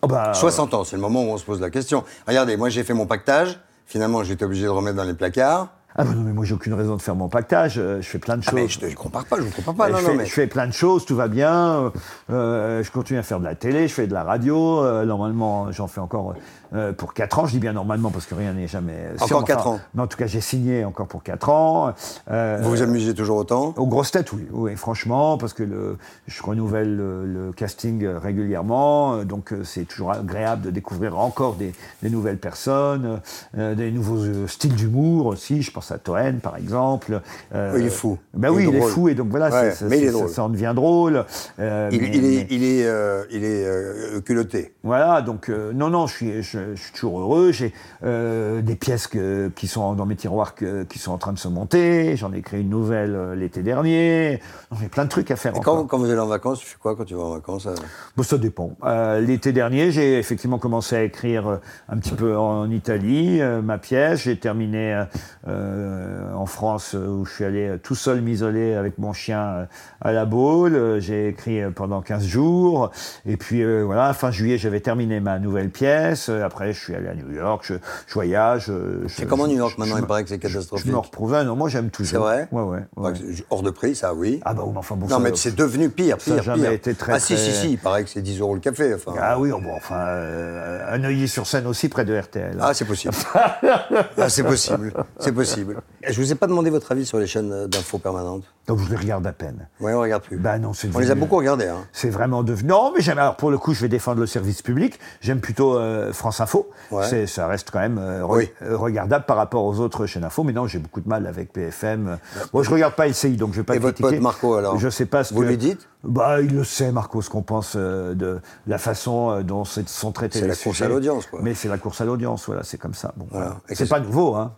[SPEAKER 3] Oh, bah,
[SPEAKER 4] 60 ans, c'est le moment où on se pose la question. Regardez, moi, j'ai fait mon pactage. Finalement, j'étais obligé de remettre dans les placards.
[SPEAKER 3] ah, bah non, mais moi, j'ai aucune raison de faire mon pactage. euh, Je fais plein de choses.
[SPEAKER 4] Ah, Mais je ne compare pas. Je vous compare pas.
[SPEAKER 3] Euh,
[SPEAKER 4] Non,
[SPEAKER 3] je,
[SPEAKER 4] non,
[SPEAKER 3] fais,
[SPEAKER 4] mais
[SPEAKER 3] je fais plein de choses, tout va bien. euh, euh, je continue à faire de la télé, je fais de la radio. euh, normalement, j'en fais encore euh, pour 4 ans. Je dis bien normalement parce que rien n'est jamais. euh, sûr,
[SPEAKER 4] Encore
[SPEAKER 3] mais
[SPEAKER 4] quatre
[SPEAKER 3] enfin,
[SPEAKER 4] ans.
[SPEAKER 3] Mais en tout cas, j'ai signé encore pour 4 ans. euh,
[SPEAKER 4] vous vous amusez toujours autant.
[SPEAKER 3] aux grosses têtes, oui, oui, franchement, parce que le, je renouvelle le, le casting euh, régulièrement, euh, donc euh, c'est toujours agréable de découvrir encore des, des nouvelles personnes, euh, des nouveaux euh, styles d'humour aussi. Je pense à Toen, par exemple. euh,
[SPEAKER 4] Oui, il est fou.
[SPEAKER 3] Ben
[SPEAKER 4] Il
[SPEAKER 3] oui,
[SPEAKER 4] est
[SPEAKER 3] il est
[SPEAKER 4] drôle.
[SPEAKER 3] fou, et donc voilà,
[SPEAKER 4] Ouais,
[SPEAKER 3] c'est- c'est-
[SPEAKER 4] mais il est
[SPEAKER 3] c'est-
[SPEAKER 4] drôle.
[SPEAKER 3] ça, en devient drôle. euh,
[SPEAKER 4] Il,
[SPEAKER 3] mais-
[SPEAKER 4] il
[SPEAKER 3] mais-
[SPEAKER 4] est, il est, euh, il est euh, culotté.
[SPEAKER 3] voilà, donc euh, non, non, je suis, je, je suis toujours heureux. J'ai euh, des pièces que- qui sont dans mes tiroirs que- qui sont en train de se monter. J'en ai créé une nouvelle euh, l'été dernier. Non, J'ai plein de trucs à faire.
[SPEAKER 4] Et
[SPEAKER 3] encore.
[SPEAKER 4] quand, quand vous allez en vacances, tu fais quoi quand tu vas en vacances euh
[SPEAKER 3] Bon, ça dépend. Euh, L'été dernier, j'ai effectivement commencé à écrire euh, un petit peu en Italie euh, ma pièce. J'ai terminé euh, euh, en France euh, où je suis allé euh, tout seul m'isoler avec mon chien euh, à la Baule. Euh, J'ai écrit euh, pendant 15 jours. Et puis euh, voilà, fin juillet, j'avais terminé ma nouvelle pièce. Euh, Après, je suis allé à New York, je, je voyage. euh, je-
[SPEAKER 4] C'est comment
[SPEAKER 3] je-
[SPEAKER 4] New York
[SPEAKER 3] je-
[SPEAKER 4] maintenant
[SPEAKER 3] je
[SPEAKER 4] Il
[SPEAKER 3] me-
[SPEAKER 4] paraît que c'est
[SPEAKER 3] Je me
[SPEAKER 4] catastrophique.
[SPEAKER 3] reprouvais. Non, moi, j'aime toujours.
[SPEAKER 4] C'est vrai
[SPEAKER 3] Ouais, ouais. ouais.
[SPEAKER 4] Enfin, c'est Hors de prix, ça, oui.
[SPEAKER 3] Ah bah oui, mais enfin bon.
[SPEAKER 4] non,
[SPEAKER 3] ça-
[SPEAKER 4] mais c'est devenu pire, pire,
[SPEAKER 3] ça a jamais
[SPEAKER 4] pire.
[SPEAKER 3] été très,
[SPEAKER 4] ah si,
[SPEAKER 3] très-
[SPEAKER 4] si, si, il paraît que c'est 10 euros le café. Enfin. Ah,
[SPEAKER 3] Ah oui, oh, bon, enfin, euh, un Neuilly-sur-Seine aussi, près de RTL. hein.
[SPEAKER 4] c'est possible. ah, c'est possible, c'est possible. Et Je vous ai pas demandé votre avis sur les chaînes euh, d'infos permanentes.
[SPEAKER 3] Donc je les regarde à peine.
[SPEAKER 4] Oui, on regarde plus.
[SPEAKER 3] Bah non, c'est
[SPEAKER 4] on les a
[SPEAKER 3] devenu-
[SPEAKER 4] beaucoup regardés. Hein.
[SPEAKER 3] C'est vraiment devenu. Non, mais j'aime. Alors pour le coup, je vais défendre le service public. J'aime plutôt euh, France Info.
[SPEAKER 4] Ouais.
[SPEAKER 3] C'est- Ça reste quand même euh, re-
[SPEAKER 4] Oui.
[SPEAKER 3] euh, regardable par rapport aux autres chaînes info. Mais non, j'ai beaucoup de mal avec PFM. Bon, je regarde pas LCI, donc je vais pas
[SPEAKER 4] Et votre
[SPEAKER 3] critiquer.
[SPEAKER 4] pote Marco, alors
[SPEAKER 3] Je sais pas ce
[SPEAKER 4] Vous
[SPEAKER 3] que.
[SPEAKER 4] lui dites
[SPEAKER 3] Bah, il le sait, Marco, ce qu'on pense euh, de la façon euh, dont c'est- sont traités
[SPEAKER 4] C'est
[SPEAKER 3] les
[SPEAKER 4] la course
[SPEAKER 3] sujets.
[SPEAKER 4] à l'audience, quoi.
[SPEAKER 3] Mais c'est la course à l'audience. Voilà, c'est comme ça. Bon,
[SPEAKER 4] Voilà.
[SPEAKER 3] voilà.
[SPEAKER 4] Et
[SPEAKER 3] C'est
[SPEAKER 4] qu'est-ce-
[SPEAKER 3] pas nouveau, hein.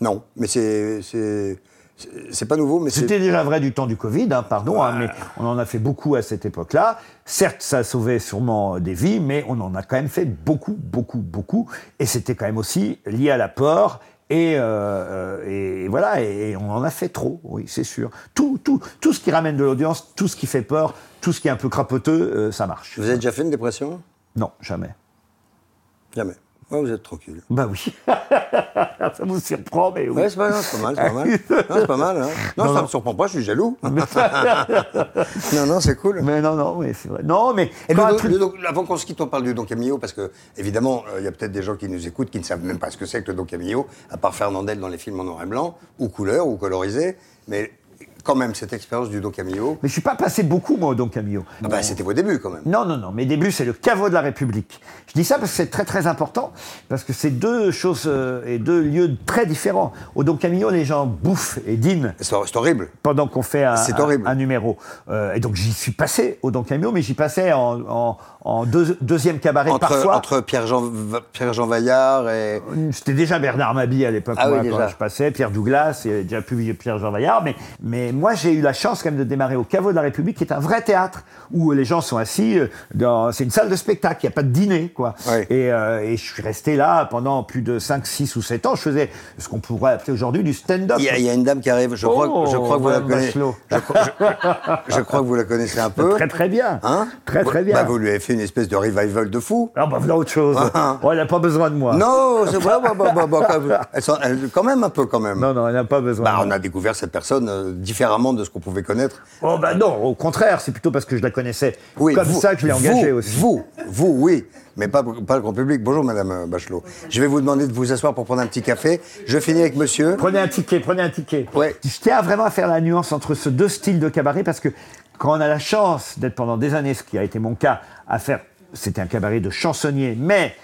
[SPEAKER 4] Non, mais c'est c'est c'est- c'est pas nouveau, mais c'est
[SPEAKER 3] C'était déjà vrai du temps du Covid, hein, pardon, hein, mais on en a fait beaucoup à cette époque-là. Certes, ça a sauvé sûrement des vies, mais on en a quand même fait beaucoup, beaucoup, beaucoup. Et c'était quand même aussi lié à la peur. Et, euh, euh, et voilà, et, on en a fait trop, oui, c'est sûr. Tout, tout, tout ce qui ramène de l'audience, tout ce qui fait peur, tout ce qui est un peu crapoteux, euh, ça marche.
[SPEAKER 4] Vous avez déjà fait une dépression
[SPEAKER 3] Non, jamais.
[SPEAKER 4] Jamais. Ouais, vous êtes tranquille.
[SPEAKER 3] Bah oui. ça vous surprend, mais oui.
[SPEAKER 4] Ouais, c'est pas, non, c'est pas mal, c'est pas mal. Non, c'est pas mal. hein. Non, ça me surprend pas, je suis jaloux. non, non, c'est cool.
[SPEAKER 3] Mais non, non, oui, c'est vrai. Non, mais
[SPEAKER 4] Et le
[SPEAKER 3] quand un
[SPEAKER 4] Don-
[SPEAKER 3] truc-
[SPEAKER 4] le Don- avant qu'on se quitte, on parle du Don Camillo, parce que, évidemment, euh, il y a peut-être des gens qui nous écoutent qui ne savent même pas ce que c'est que le Don Camillo, à part Fernandel dans les films en noir et blanc, ou couleur, ou colorisé. Mais quand même, cette expérience du Don Camillo,
[SPEAKER 3] Mais je suis pas passé beaucoup, moi, au Don Camillo.
[SPEAKER 4] ah bah, c'était vos débuts quand même.
[SPEAKER 3] Non, non, non. Mes débuts, c'est le caveau de la République. Je dis ça parce que c'est très, très important, parce que c'est deux choses euh, et deux lieux très différents. Au Don Camillo, les gens bouffent et dînent
[SPEAKER 4] C'est hor- c'est horrible.
[SPEAKER 3] pendant qu'on fait un,
[SPEAKER 4] C'est
[SPEAKER 3] un-
[SPEAKER 4] horrible.
[SPEAKER 3] un numéro. Euh, et donc, j'y suis passé au Don Camillo, mais j'y passais en, en- en deux- deuxième cabaret
[SPEAKER 4] Entre,
[SPEAKER 3] parfois.
[SPEAKER 4] entre Pierre-Jean Va- Pierre-Jean Vaillard et.
[SPEAKER 3] C'était déjà Bernard Mabie à l'époque
[SPEAKER 4] Ah oui,
[SPEAKER 3] moi,
[SPEAKER 4] déjà.
[SPEAKER 3] quand je passais, Pierre Douglas, il y avait déjà publié Pierre Jean Vaillard, mais, mais, moi, j'ai eu la chance quand même de démarrer au Caveau de la République, qui est un vrai théâtre où les gens sont assis. euh, Dans... C'est une salle de spectacle, il n'y a pas de dîner, quoi.
[SPEAKER 4] Ouais.
[SPEAKER 3] Et, euh, et je suis resté là pendant plus de 5, 6 ou 7 ans. Je faisais ce qu'on pourrait appeler aujourd'hui du stand-up.
[SPEAKER 4] Il y, a, il y a une dame qui arrive, je crois,
[SPEAKER 3] Oh,
[SPEAKER 4] je crois que vous la
[SPEAKER 3] Madame
[SPEAKER 4] connaissez.
[SPEAKER 3] Bachelot.
[SPEAKER 4] Je, crois- je- je crois que vous la connaissez un peu.
[SPEAKER 3] Très très bien.
[SPEAKER 4] Hein
[SPEAKER 3] Très très bien.
[SPEAKER 4] Bah, vous lui avez fait une espèce de revival de fou.
[SPEAKER 3] Ah bah voilà autre chose. Oh, elle n'a pas besoin de moi.
[SPEAKER 4] ah. Non, c'est vrai, bah, bah, bah, bah, quand même. Elles sont- elles- quand même un peu, quand même.
[SPEAKER 3] Non, non, elle n'a pas besoin.
[SPEAKER 4] Bah,
[SPEAKER 3] de
[SPEAKER 4] on
[SPEAKER 3] moi.
[SPEAKER 4] a découvert cette personne euh, différemment de ce qu'on pouvait connaître.
[SPEAKER 3] Oh bah non, au contraire, c'est plutôt parce que je la connaissais. Comme
[SPEAKER 4] vous-
[SPEAKER 3] ça que je l'ai engagée
[SPEAKER 4] vous,
[SPEAKER 3] aussi.
[SPEAKER 4] Vous, vous, oui, mais pas, pas le grand public. Bonjour, Madame euh, Bachelot. Je vais vous demander de vous asseoir pour prendre un petit café. Je finis avec Monsieur.
[SPEAKER 3] Prenez un ticket, prenez un ticket.
[SPEAKER 4] Ouais.
[SPEAKER 3] Je tiens à vraiment à faire la nuance entre ces deux styles de cabaret parce que quand on a la chance d'être pendant des années, ce qui a été mon cas, à faire, c'était un cabaret de chansonnier, mais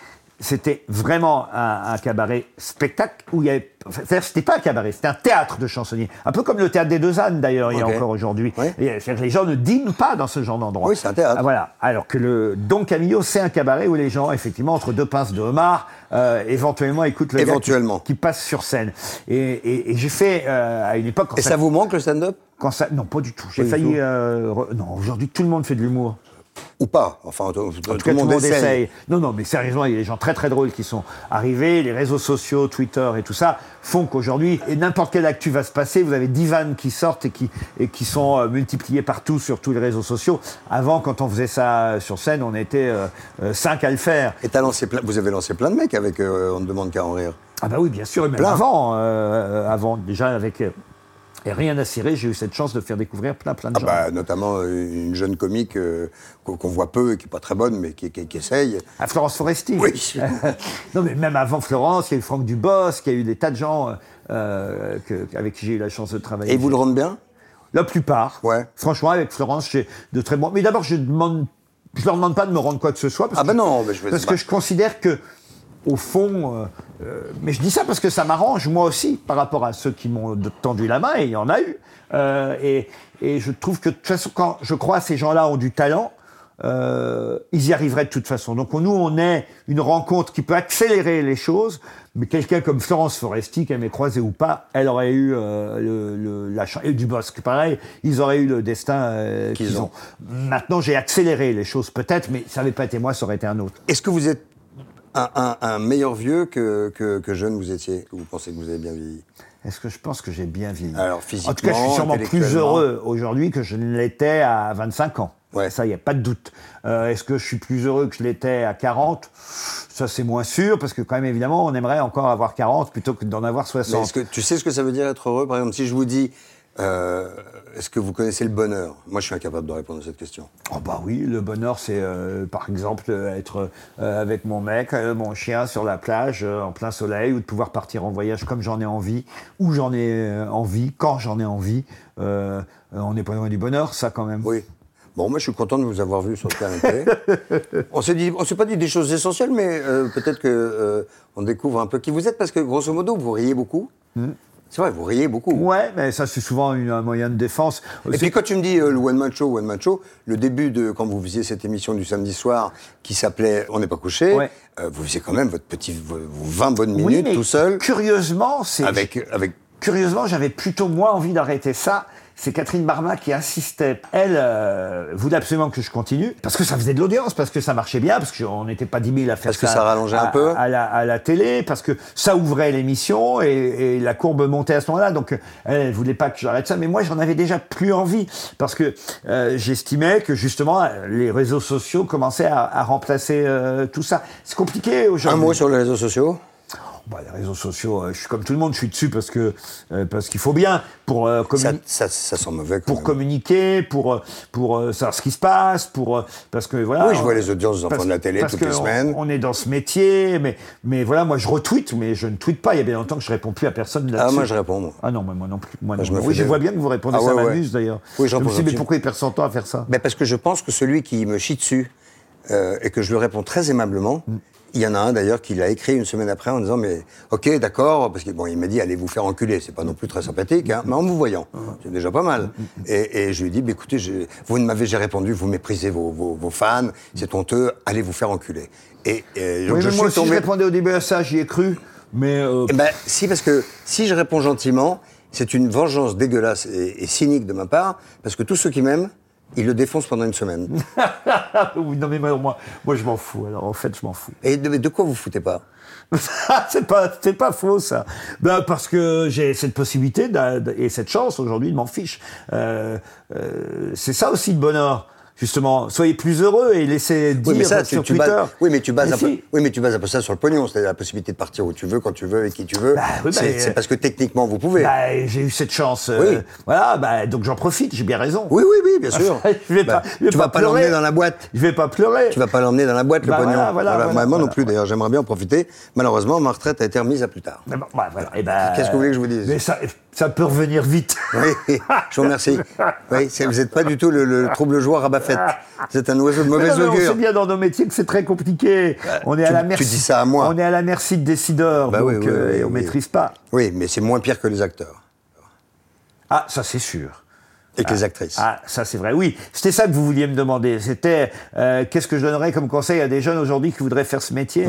[SPEAKER 3] c'était vraiment un, un cabaret spectacle où il y avait, enfin, c'est-à-dire que c'était pas un cabaret, c'était un théâtre de chansonnier. Un peu comme le théâtre des deux ânes d'ailleurs, il y a
[SPEAKER 4] Ok.
[SPEAKER 3] encore aujourd'hui.
[SPEAKER 4] Ouais.
[SPEAKER 3] Et, euh, c'est-à-dire que Les gens ne dînent pas dans ce genre d'endroit.
[SPEAKER 4] Oui, c'est un théâtre.
[SPEAKER 3] Ah, voilà. Alors que le Don Camillo, c'est un cabaret où les gens, effectivement, entre deux pinces de homard, euh, éventuellement écoutent le gars qui-
[SPEAKER 4] Éventuellement.
[SPEAKER 3] qui passe sur scène. Et, et- et j'ai fait euh, à une époque quand
[SPEAKER 4] Et
[SPEAKER 3] ça,
[SPEAKER 4] ça vous manque le stand-up
[SPEAKER 3] quand ça- non pas du tout. J'ai
[SPEAKER 4] Pas du
[SPEAKER 3] failli
[SPEAKER 4] tout.
[SPEAKER 3] euh, re- non aujourd'hui tout le monde fait de l'humour.
[SPEAKER 4] ou pas Enfin, tout, Euh, tout
[SPEAKER 3] En tout, cas,
[SPEAKER 4] le monde essaye.
[SPEAKER 3] Non non mais sérieusement il y a des gens très très drôles qui sont arrivés. Les réseaux sociaux, Twitter et tout ça font qu'aujourd'hui et n'importe quelle actu va se passer. Vous avez dix vannes qui sortent et qui et qui sont euh, multipliées partout sur tous les réseaux sociaux. Avant quand on faisait ça euh, sur scène on était euh, euh, cinq à le faire.
[SPEAKER 4] Et t'as lancé plein- vous avez lancé plein de mecs avec euh, On ne demande qu'à en rire.
[SPEAKER 3] Ah bah oui, bien sûr, et même
[SPEAKER 4] Plein.
[SPEAKER 3] avant, euh, euh, avant déjà avec euh, et rien à cirer, j'ai eu cette chance de faire découvrir plein plein de
[SPEAKER 4] Ah
[SPEAKER 3] gens.
[SPEAKER 4] bah, notamment euh, une jeune comique euh, qu'on qu'on voit peu et qui est pas très bonne, mais qui, qui- qui essaye.
[SPEAKER 3] À Florence Foresti.
[SPEAKER 4] Oui.
[SPEAKER 3] non mais même avant Florence, il y a eu Franck Dubosc, il y a eu des tas de gens euh, euh, que- avec qui j'ai eu la chance de travailler.
[SPEAKER 4] Et vous le rendez bien
[SPEAKER 3] La plupart.
[SPEAKER 4] Ouais.
[SPEAKER 3] Franchement, avec Florence, j'ai de très bons. Mais d'abord, je demande, je leur demande pas de me rendre quoi que ce soit. Parce
[SPEAKER 4] Ah ben
[SPEAKER 3] que-
[SPEAKER 4] non, mais je vais-
[SPEAKER 3] Parce
[SPEAKER 4] bah-
[SPEAKER 3] que je considère que, au fond, euh, euh, mais je dis ça parce que ça m'arrange moi aussi par rapport à ceux qui m'ont de- tendu la main et il y en a eu. Euh, et, et je trouve que de toute façon, quand je crois que ces gens-là ont du talent. euh, ils y arriveraient de toute façon. Donc on- nous, on est une rencontre qui peut accélérer les choses, mais quelqu'un comme Florence Foresti, qu'elle m'ait croisée ou pas, elle aurait eu euh, le, le- la chance. Et Dubosc, pareil, ils auraient eu le destin euh,
[SPEAKER 4] Qu'ils
[SPEAKER 3] qu'ils
[SPEAKER 4] ont.
[SPEAKER 3] ont. Maintenant, j'ai accéléré les choses peut-être, mais ça n'avait pas été moi, ça aurait été un autre.
[SPEAKER 4] Est-ce que vous êtes un, un- un meilleur vieux que, que, que jeune vous étiez Vous pensez que vous avez bien vieilli
[SPEAKER 3] Est-ce que je pense que j'ai bien vieilli
[SPEAKER 4] Alors,
[SPEAKER 3] En tout cas, je suis
[SPEAKER 4] physiquement,
[SPEAKER 3] sûrement plus
[SPEAKER 4] intellectuellement.
[SPEAKER 3] heureux aujourd'hui que je ne l'étais à 25 ans.
[SPEAKER 4] Ouais.
[SPEAKER 3] Ça, il n'y a pas de doute. Euh, Est-ce que je suis plus heureux que je l'étais à 40 Ça, c'est moins sûr, parce que quand même, évidemment, on aimerait encore avoir 40 plutôt que d'en avoir
[SPEAKER 4] Mais
[SPEAKER 3] 60.
[SPEAKER 4] est-ce que tu sais ce que ça veut dire être heureux Par exemple, si je vous dis, euh, est-ce que vous connaissez le bonheur Moi, je suis incapable de répondre à cette question.
[SPEAKER 3] Oh bah oui, le bonheur, c'est euh, par exemple euh, être euh, avec mon mec, euh, mon chien sur la plage euh, en plein soleil, ou de pouvoir partir en voyage comme j'en ai envie, où j'en ai euh, envie, quand j'en ai envie. Euh, euh, on n'est pas loin du bonheur, ça quand même.
[SPEAKER 4] Oui. Bon, moi, je suis content de vous avoir vu sur le canapé. on s'est dit, on s'est pas dit des choses essentielles, mais euh, peut-être que euh, on découvre un peu qui vous êtes parce que grosso modo, vous riez beaucoup. C'est vrai, vous riez beaucoup.
[SPEAKER 3] Hmm. Ouais, mais ça c'est souvent une- un moyen de défense.
[SPEAKER 4] Et
[SPEAKER 3] C'est-
[SPEAKER 4] puis quand tu me dis euh, le One Man Show, One Man Show, le début de quand vous faisiez cette émission du samedi soir qui s'appelait On n'est pas couché,
[SPEAKER 3] Ouais.
[SPEAKER 4] euh, vous faisiez quand même votre petit, vos, vos 20 bonnes
[SPEAKER 3] Oui,
[SPEAKER 4] minutes
[SPEAKER 3] mais
[SPEAKER 4] tout seul,
[SPEAKER 3] Curieusement, c'est
[SPEAKER 4] avec, avec
[SPEAKER 3] curieusement, j'avais plutôt moins envie d'arrêter ça. C'est Catherine Barma qui insistait. Elle euh, voulait absolument que je continue parce que ça faisait de l'audience, parce que ça marchait bien, parce qu'on n'était pas 10 000 à faire
[SPEAKER 4] Parce que ça rallongeait
[SPEAKER 3] à-
[SPEAKER 4] un peu.
[SPEAKER 3] à la, à la télé, parce que ça ouvrait l'émission et, et la courbe montait à ce moment-là. Donc elle, elle voulait pas que j'arrête ça, mais moi j'en avais déjà plus envie parce que euh, j'estimais que justement les réseaux sociaux commençaient à, à remplacer euh, tout ça. C'est compliqué
[SPEAKER 4] un
[SPEAKER 3] aujourd'hui.
[SPEAKER 4] mot sur les réseaux sociaux.
[SPEAKER 3] Bah, les réseaux sociaux, euh, je suis comme tout le monde, je suis dessus parce que euh, parce qu'il faut bien pour euh, communi-
[SPEAKER 4] Ça, ça, ça sent mauvais quand
[SPEAKER 3] pour
[SPEAKER 4] même.
[SPEAKER 3] communiquer, pour euh, pour euh, savoir ce qui se passe, pour euh, parce que voilà.
[SPEAKER 4] Oui, je
[SPEAKER 3] on-
[SPEAKER 4] vois les audiences des enfants
[SPEAKER 3] parce-
[SPEAKER 4] de la télé
[SPEAKER 3] parce
[SPEAKER 4] toutes
[SPEAKER 3] que
[SPEAKER 4] les
[SPEAKER 3] on-
[SPEAKER 4] semaines.
[SPEAKER 3] On, est dans ce métier, mais mais voilà, moi je retweete, mais je ne tweete pas. Il y a bien longtemps que je réponds plus à personne là-dessus.
[SPEAKER 4] Ah, moi je réponds, moi.
[SPEAKER 3] Ah non, mais moi non plus. Moi, non.
[SPEAKER 4] je me
[SPEAKER 3] oui,
[SPEAKER 4] fais
[SPEAKER 3] je
[SPEAKER 4] des-
[SPEAKER 3] vois bien que vous répondez,
[SPEAKER 4] Ah
[SPEAKER 3] ça
[SPEAKER 4] ouais, ouais.
[SPEAKER 3] m'amuse d'ailleurs.
[SPEAKER 4] Oui, je
[SPEAKER 3] me
[SPEAKER 4] réponds
[SPEAKER 3] suis dit, mais
[SPEAKER 4] là-dessus.
[SPEAKER 3] pourquoi il perd son temps à faire ça
[SPEAKER 4] Ben, parce que je pense que celui qui me chie dessus euh, et que je lui réponds très aimablement,
[SPEAKER 3] Mm.
[SPEAKER 4] il y en a un d'ailleurs qui l'a écrit une semaine après en disant mais ok d'accord parce que bon il m'a dit allez vous faire enculer c'est pas non plus très sympathique hein, mais en vous voyant
[SPEAKER 3] Ah.
[SPEAKER 4] c'est déjà pas
[SPEAKER 3] Mm,
[SPEAKER 4] mal et, et je lui ai dit bah, écoutez je- vous ne m'avez j'ai répondu vous méprisez vos, vos- vos fans c'est honteux allez vous faire enculer et, et donc
[SPEAKER 3] Mm. Oui,
[SPEAKER 4] je
[SPEAKER 3] mais moi
[SPEAKER 4] suis
[SPEAKER 3] aussi je
[SPEAKER 4] tombé
[SPEAKER 3] répondais au début à ça, j'y ai cru, mais euh,
[SPEAKER 4] Eh ben, si, parce que si je réponds gentiment, c'est une vengeance dégueulasse et, et cynique de ma part, parce que tous ceux qui m'aiment, ils le défoncent pendant une semaine.
[SPEAKER 3] Oui, non, mais moi, moi, moi, je m'en fous. Alors, en fait, je m'en fous.
[SPEAKER 4] Et de, mais de quoi vous foutez pas
[SPEAKER 3] c'est pas, c'est pas faux, ça. Ben, parce que j'ai cette possibilité d'a- d'a- et cette chance aujourd'hui de m'en fiche. Euh, euh, c'est ça aussi le bonheur. Justement, soyez plus heureux et laissez dire
[SPEAKER 4] Oui, mais ça, tu,
[SPEAKER 3] sur
[SPEAKER 4] tu
[SPEAKER 3] Twitter.
[SPEAKER 4] bases, oui, mais tu bases
[SPEAKER 3] Mais
[SPEAKER 4] un peu,
[SPEAKER 3] si.
[SPEAKER 4] oui, mais tu bases un peu ça sur le pognon, c'est-à-dire la possibilité de partir où tu veux, quand tu veux, avec qui tu veux.
[SPEAKER 3] Bah, oui, bah,
[SPEAKER 4] c'est
[SPEAKER 3] euh,
[SPEAKER 4] c'est parce que techniquement, vous pouvez.
[SPEAKER 3] Bah, j'ai eu cette chance. euh,
[SPEAKER 4] Oui.
[SPEAKER 3] voilà, bah, donc j'en profite, j'ai bien raison.
[SPEAKER 4] oui, oui, oui, bien sûr. Bah,
[SPEAKER 3] Je vais pas- je vais
[SPEAKER 4] tu
[SPEAKER 3] pas
[SPEAKER 4] vas pas
[SPEAKER 3] pleurer.
[SPEAKER 4] l'emmener dans la boîte.
[SPEAKER 3] Je vais pas pleurer.
[SPEAKER 4] Tu vas pas l'emmener dans la boîte,
[SPEAKER 3] Bah,
[SPEAKER 4] le pognon.
[SPEAKER 3] voilà, voilà, voilà,
[SPEAKER 4] moi non
[SPEAKER 3] voilà.
[SPEAKER 4] plus, d'ailleurs, j'aimerais bien en profiter. Malheureusement, ma retraite a été remise à plus tard.
[SPEAKER 3] Mais bon, bah, voilà. Eh ben,
[SPEAKER 4] Qu'est-ce que vous voulez que je vous dise
[SPEAKER 3] Mais ça, ça peut revenir vite.
[SPEAKER 4] Oui, je vous remercie. Oui, c'est- vous n'êtes pas du tout le, le trouble joueur rabat fête. Vous êtes un oiseau de
[SPEAKER 3] Mais
[SPEAKER 4] mauvaise
[SPEAKER 3] non, mais on
[SPEAKER 4] augure.
[SPEAKER 3] sait bien dans nos métiers que c'est très compliqué. On est à
[SPEAKER 4] tu-
[SPEAKER 3] la
[SPEAKER 4] tu
[SPEAKER 3] merci.
[SPEAKER 4] dis ça à moi.
[SPEAKER 3] On est à la merci de décideurs,
[SPEAKER 4] Bah
[SPEAKER 3] donc
[SPEAKER 4] oui, oui,
[SPEAKER 3] euh,
[SPEAKER 4] oui,
[SPEAKER 3] et on
[SPEAKER 4] oui.
[SPEAKER 3] maîtrise pas.
[SPEAKER 4] Oui, mais c'est moins pire que les acteurs
[SPEAKER 3] Ah, ça c'est sûr.
[SPEAKER 4] et que les actrices.
[SPEAKER 3] Ah, ça c'est vrai. Oui, c'était ça que vous vouliez me demander. C'était euh, qu'est-ce que je donnerais comme conseil à des jeunes aujourd'hui qui voudraient faire ce métier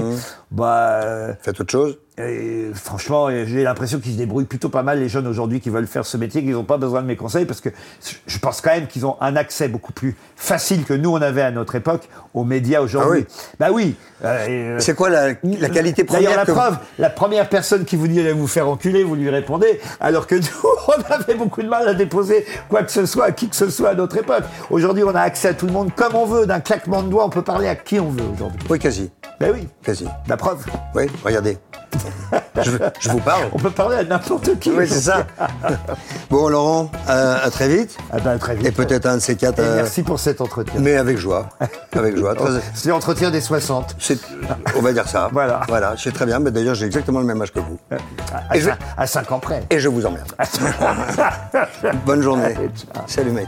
[SPEAKER 3] Bah, euh,
[SPEAKER 4] Faites autre chose.
[SPEAKER 3] Et franchement, euh, j'ai l'impression qu'ils se débrouillent plutôt pas mal, les jeunes aujourd'hui qui veulent faire ce métier, qu'ils n'ont pas besoin de mes conseils, parce que je pense quand même qu'ils ont un accès beaucoup plus facile que nous, on avait à notre époque, aux médias aujourd'hui. Bah oui. euh, et, euh,
[SPEAKER 4] C'est quoi la, la qualité
[SPEAKER 3] D'ailleurs,
[SPEAKER 4] première
[SPEAKER 3] la
[SPEAKER 4] que vous-
[SPEAKER 3] preuve, la première personne qui vous dit allez vous faire enculer, vous lui répondez, alors que nous, on avait beaucoup de mal à déposer quoi que ce soit, à qui que ce soit à notre époque. Aujourd'hui, on a accès à tout le monde comme on veut, d'un claquement de doigts, on peut parler à qui on veut aujourd'hui.
[SPEAKER 4] Oui, quasi.
[SPEAKER 3] Bah oui,
[SPEAKER 4] Quasi.
[SPEAKER 3] la preuve,
[SPEAKER 4] Oui, regardez. je, je vous parle.
[SPEAKER 3] on peut parler à n'importe qui.
[SPEAKER 4] Oui, c'est ça. Bon, Laurent, à, à très vite.
[SPEAKER 3] Ah ben, très vite.
[SPEAKER 4] Et peut-être un de ces quatre.
[SPEAKER 3] Et
[SPEAKER 4] euh,
[SPEAKER 3] merci pour cet entretien.
[SPEAKER 4] Mais avec joie. Avec joie. Très-
[SPEAKER 3] C'est l'entretien des 60.
[SPEAKER 4] c'est- on va dire ça.
[SPEAKER 3] Voilà. Euh.
[SPEAKER 4] Voilà, c'est très bien. Mais d'ailleurs, j'ai exactement le même âge que vous.
[SPEAKER 3] À,
[SPEAKER 4] Et je-
[SPEAKER 3] 5, ans près.
[SPEAKER 4] Et je vous emmerde. Bonne journée. Salut, mec.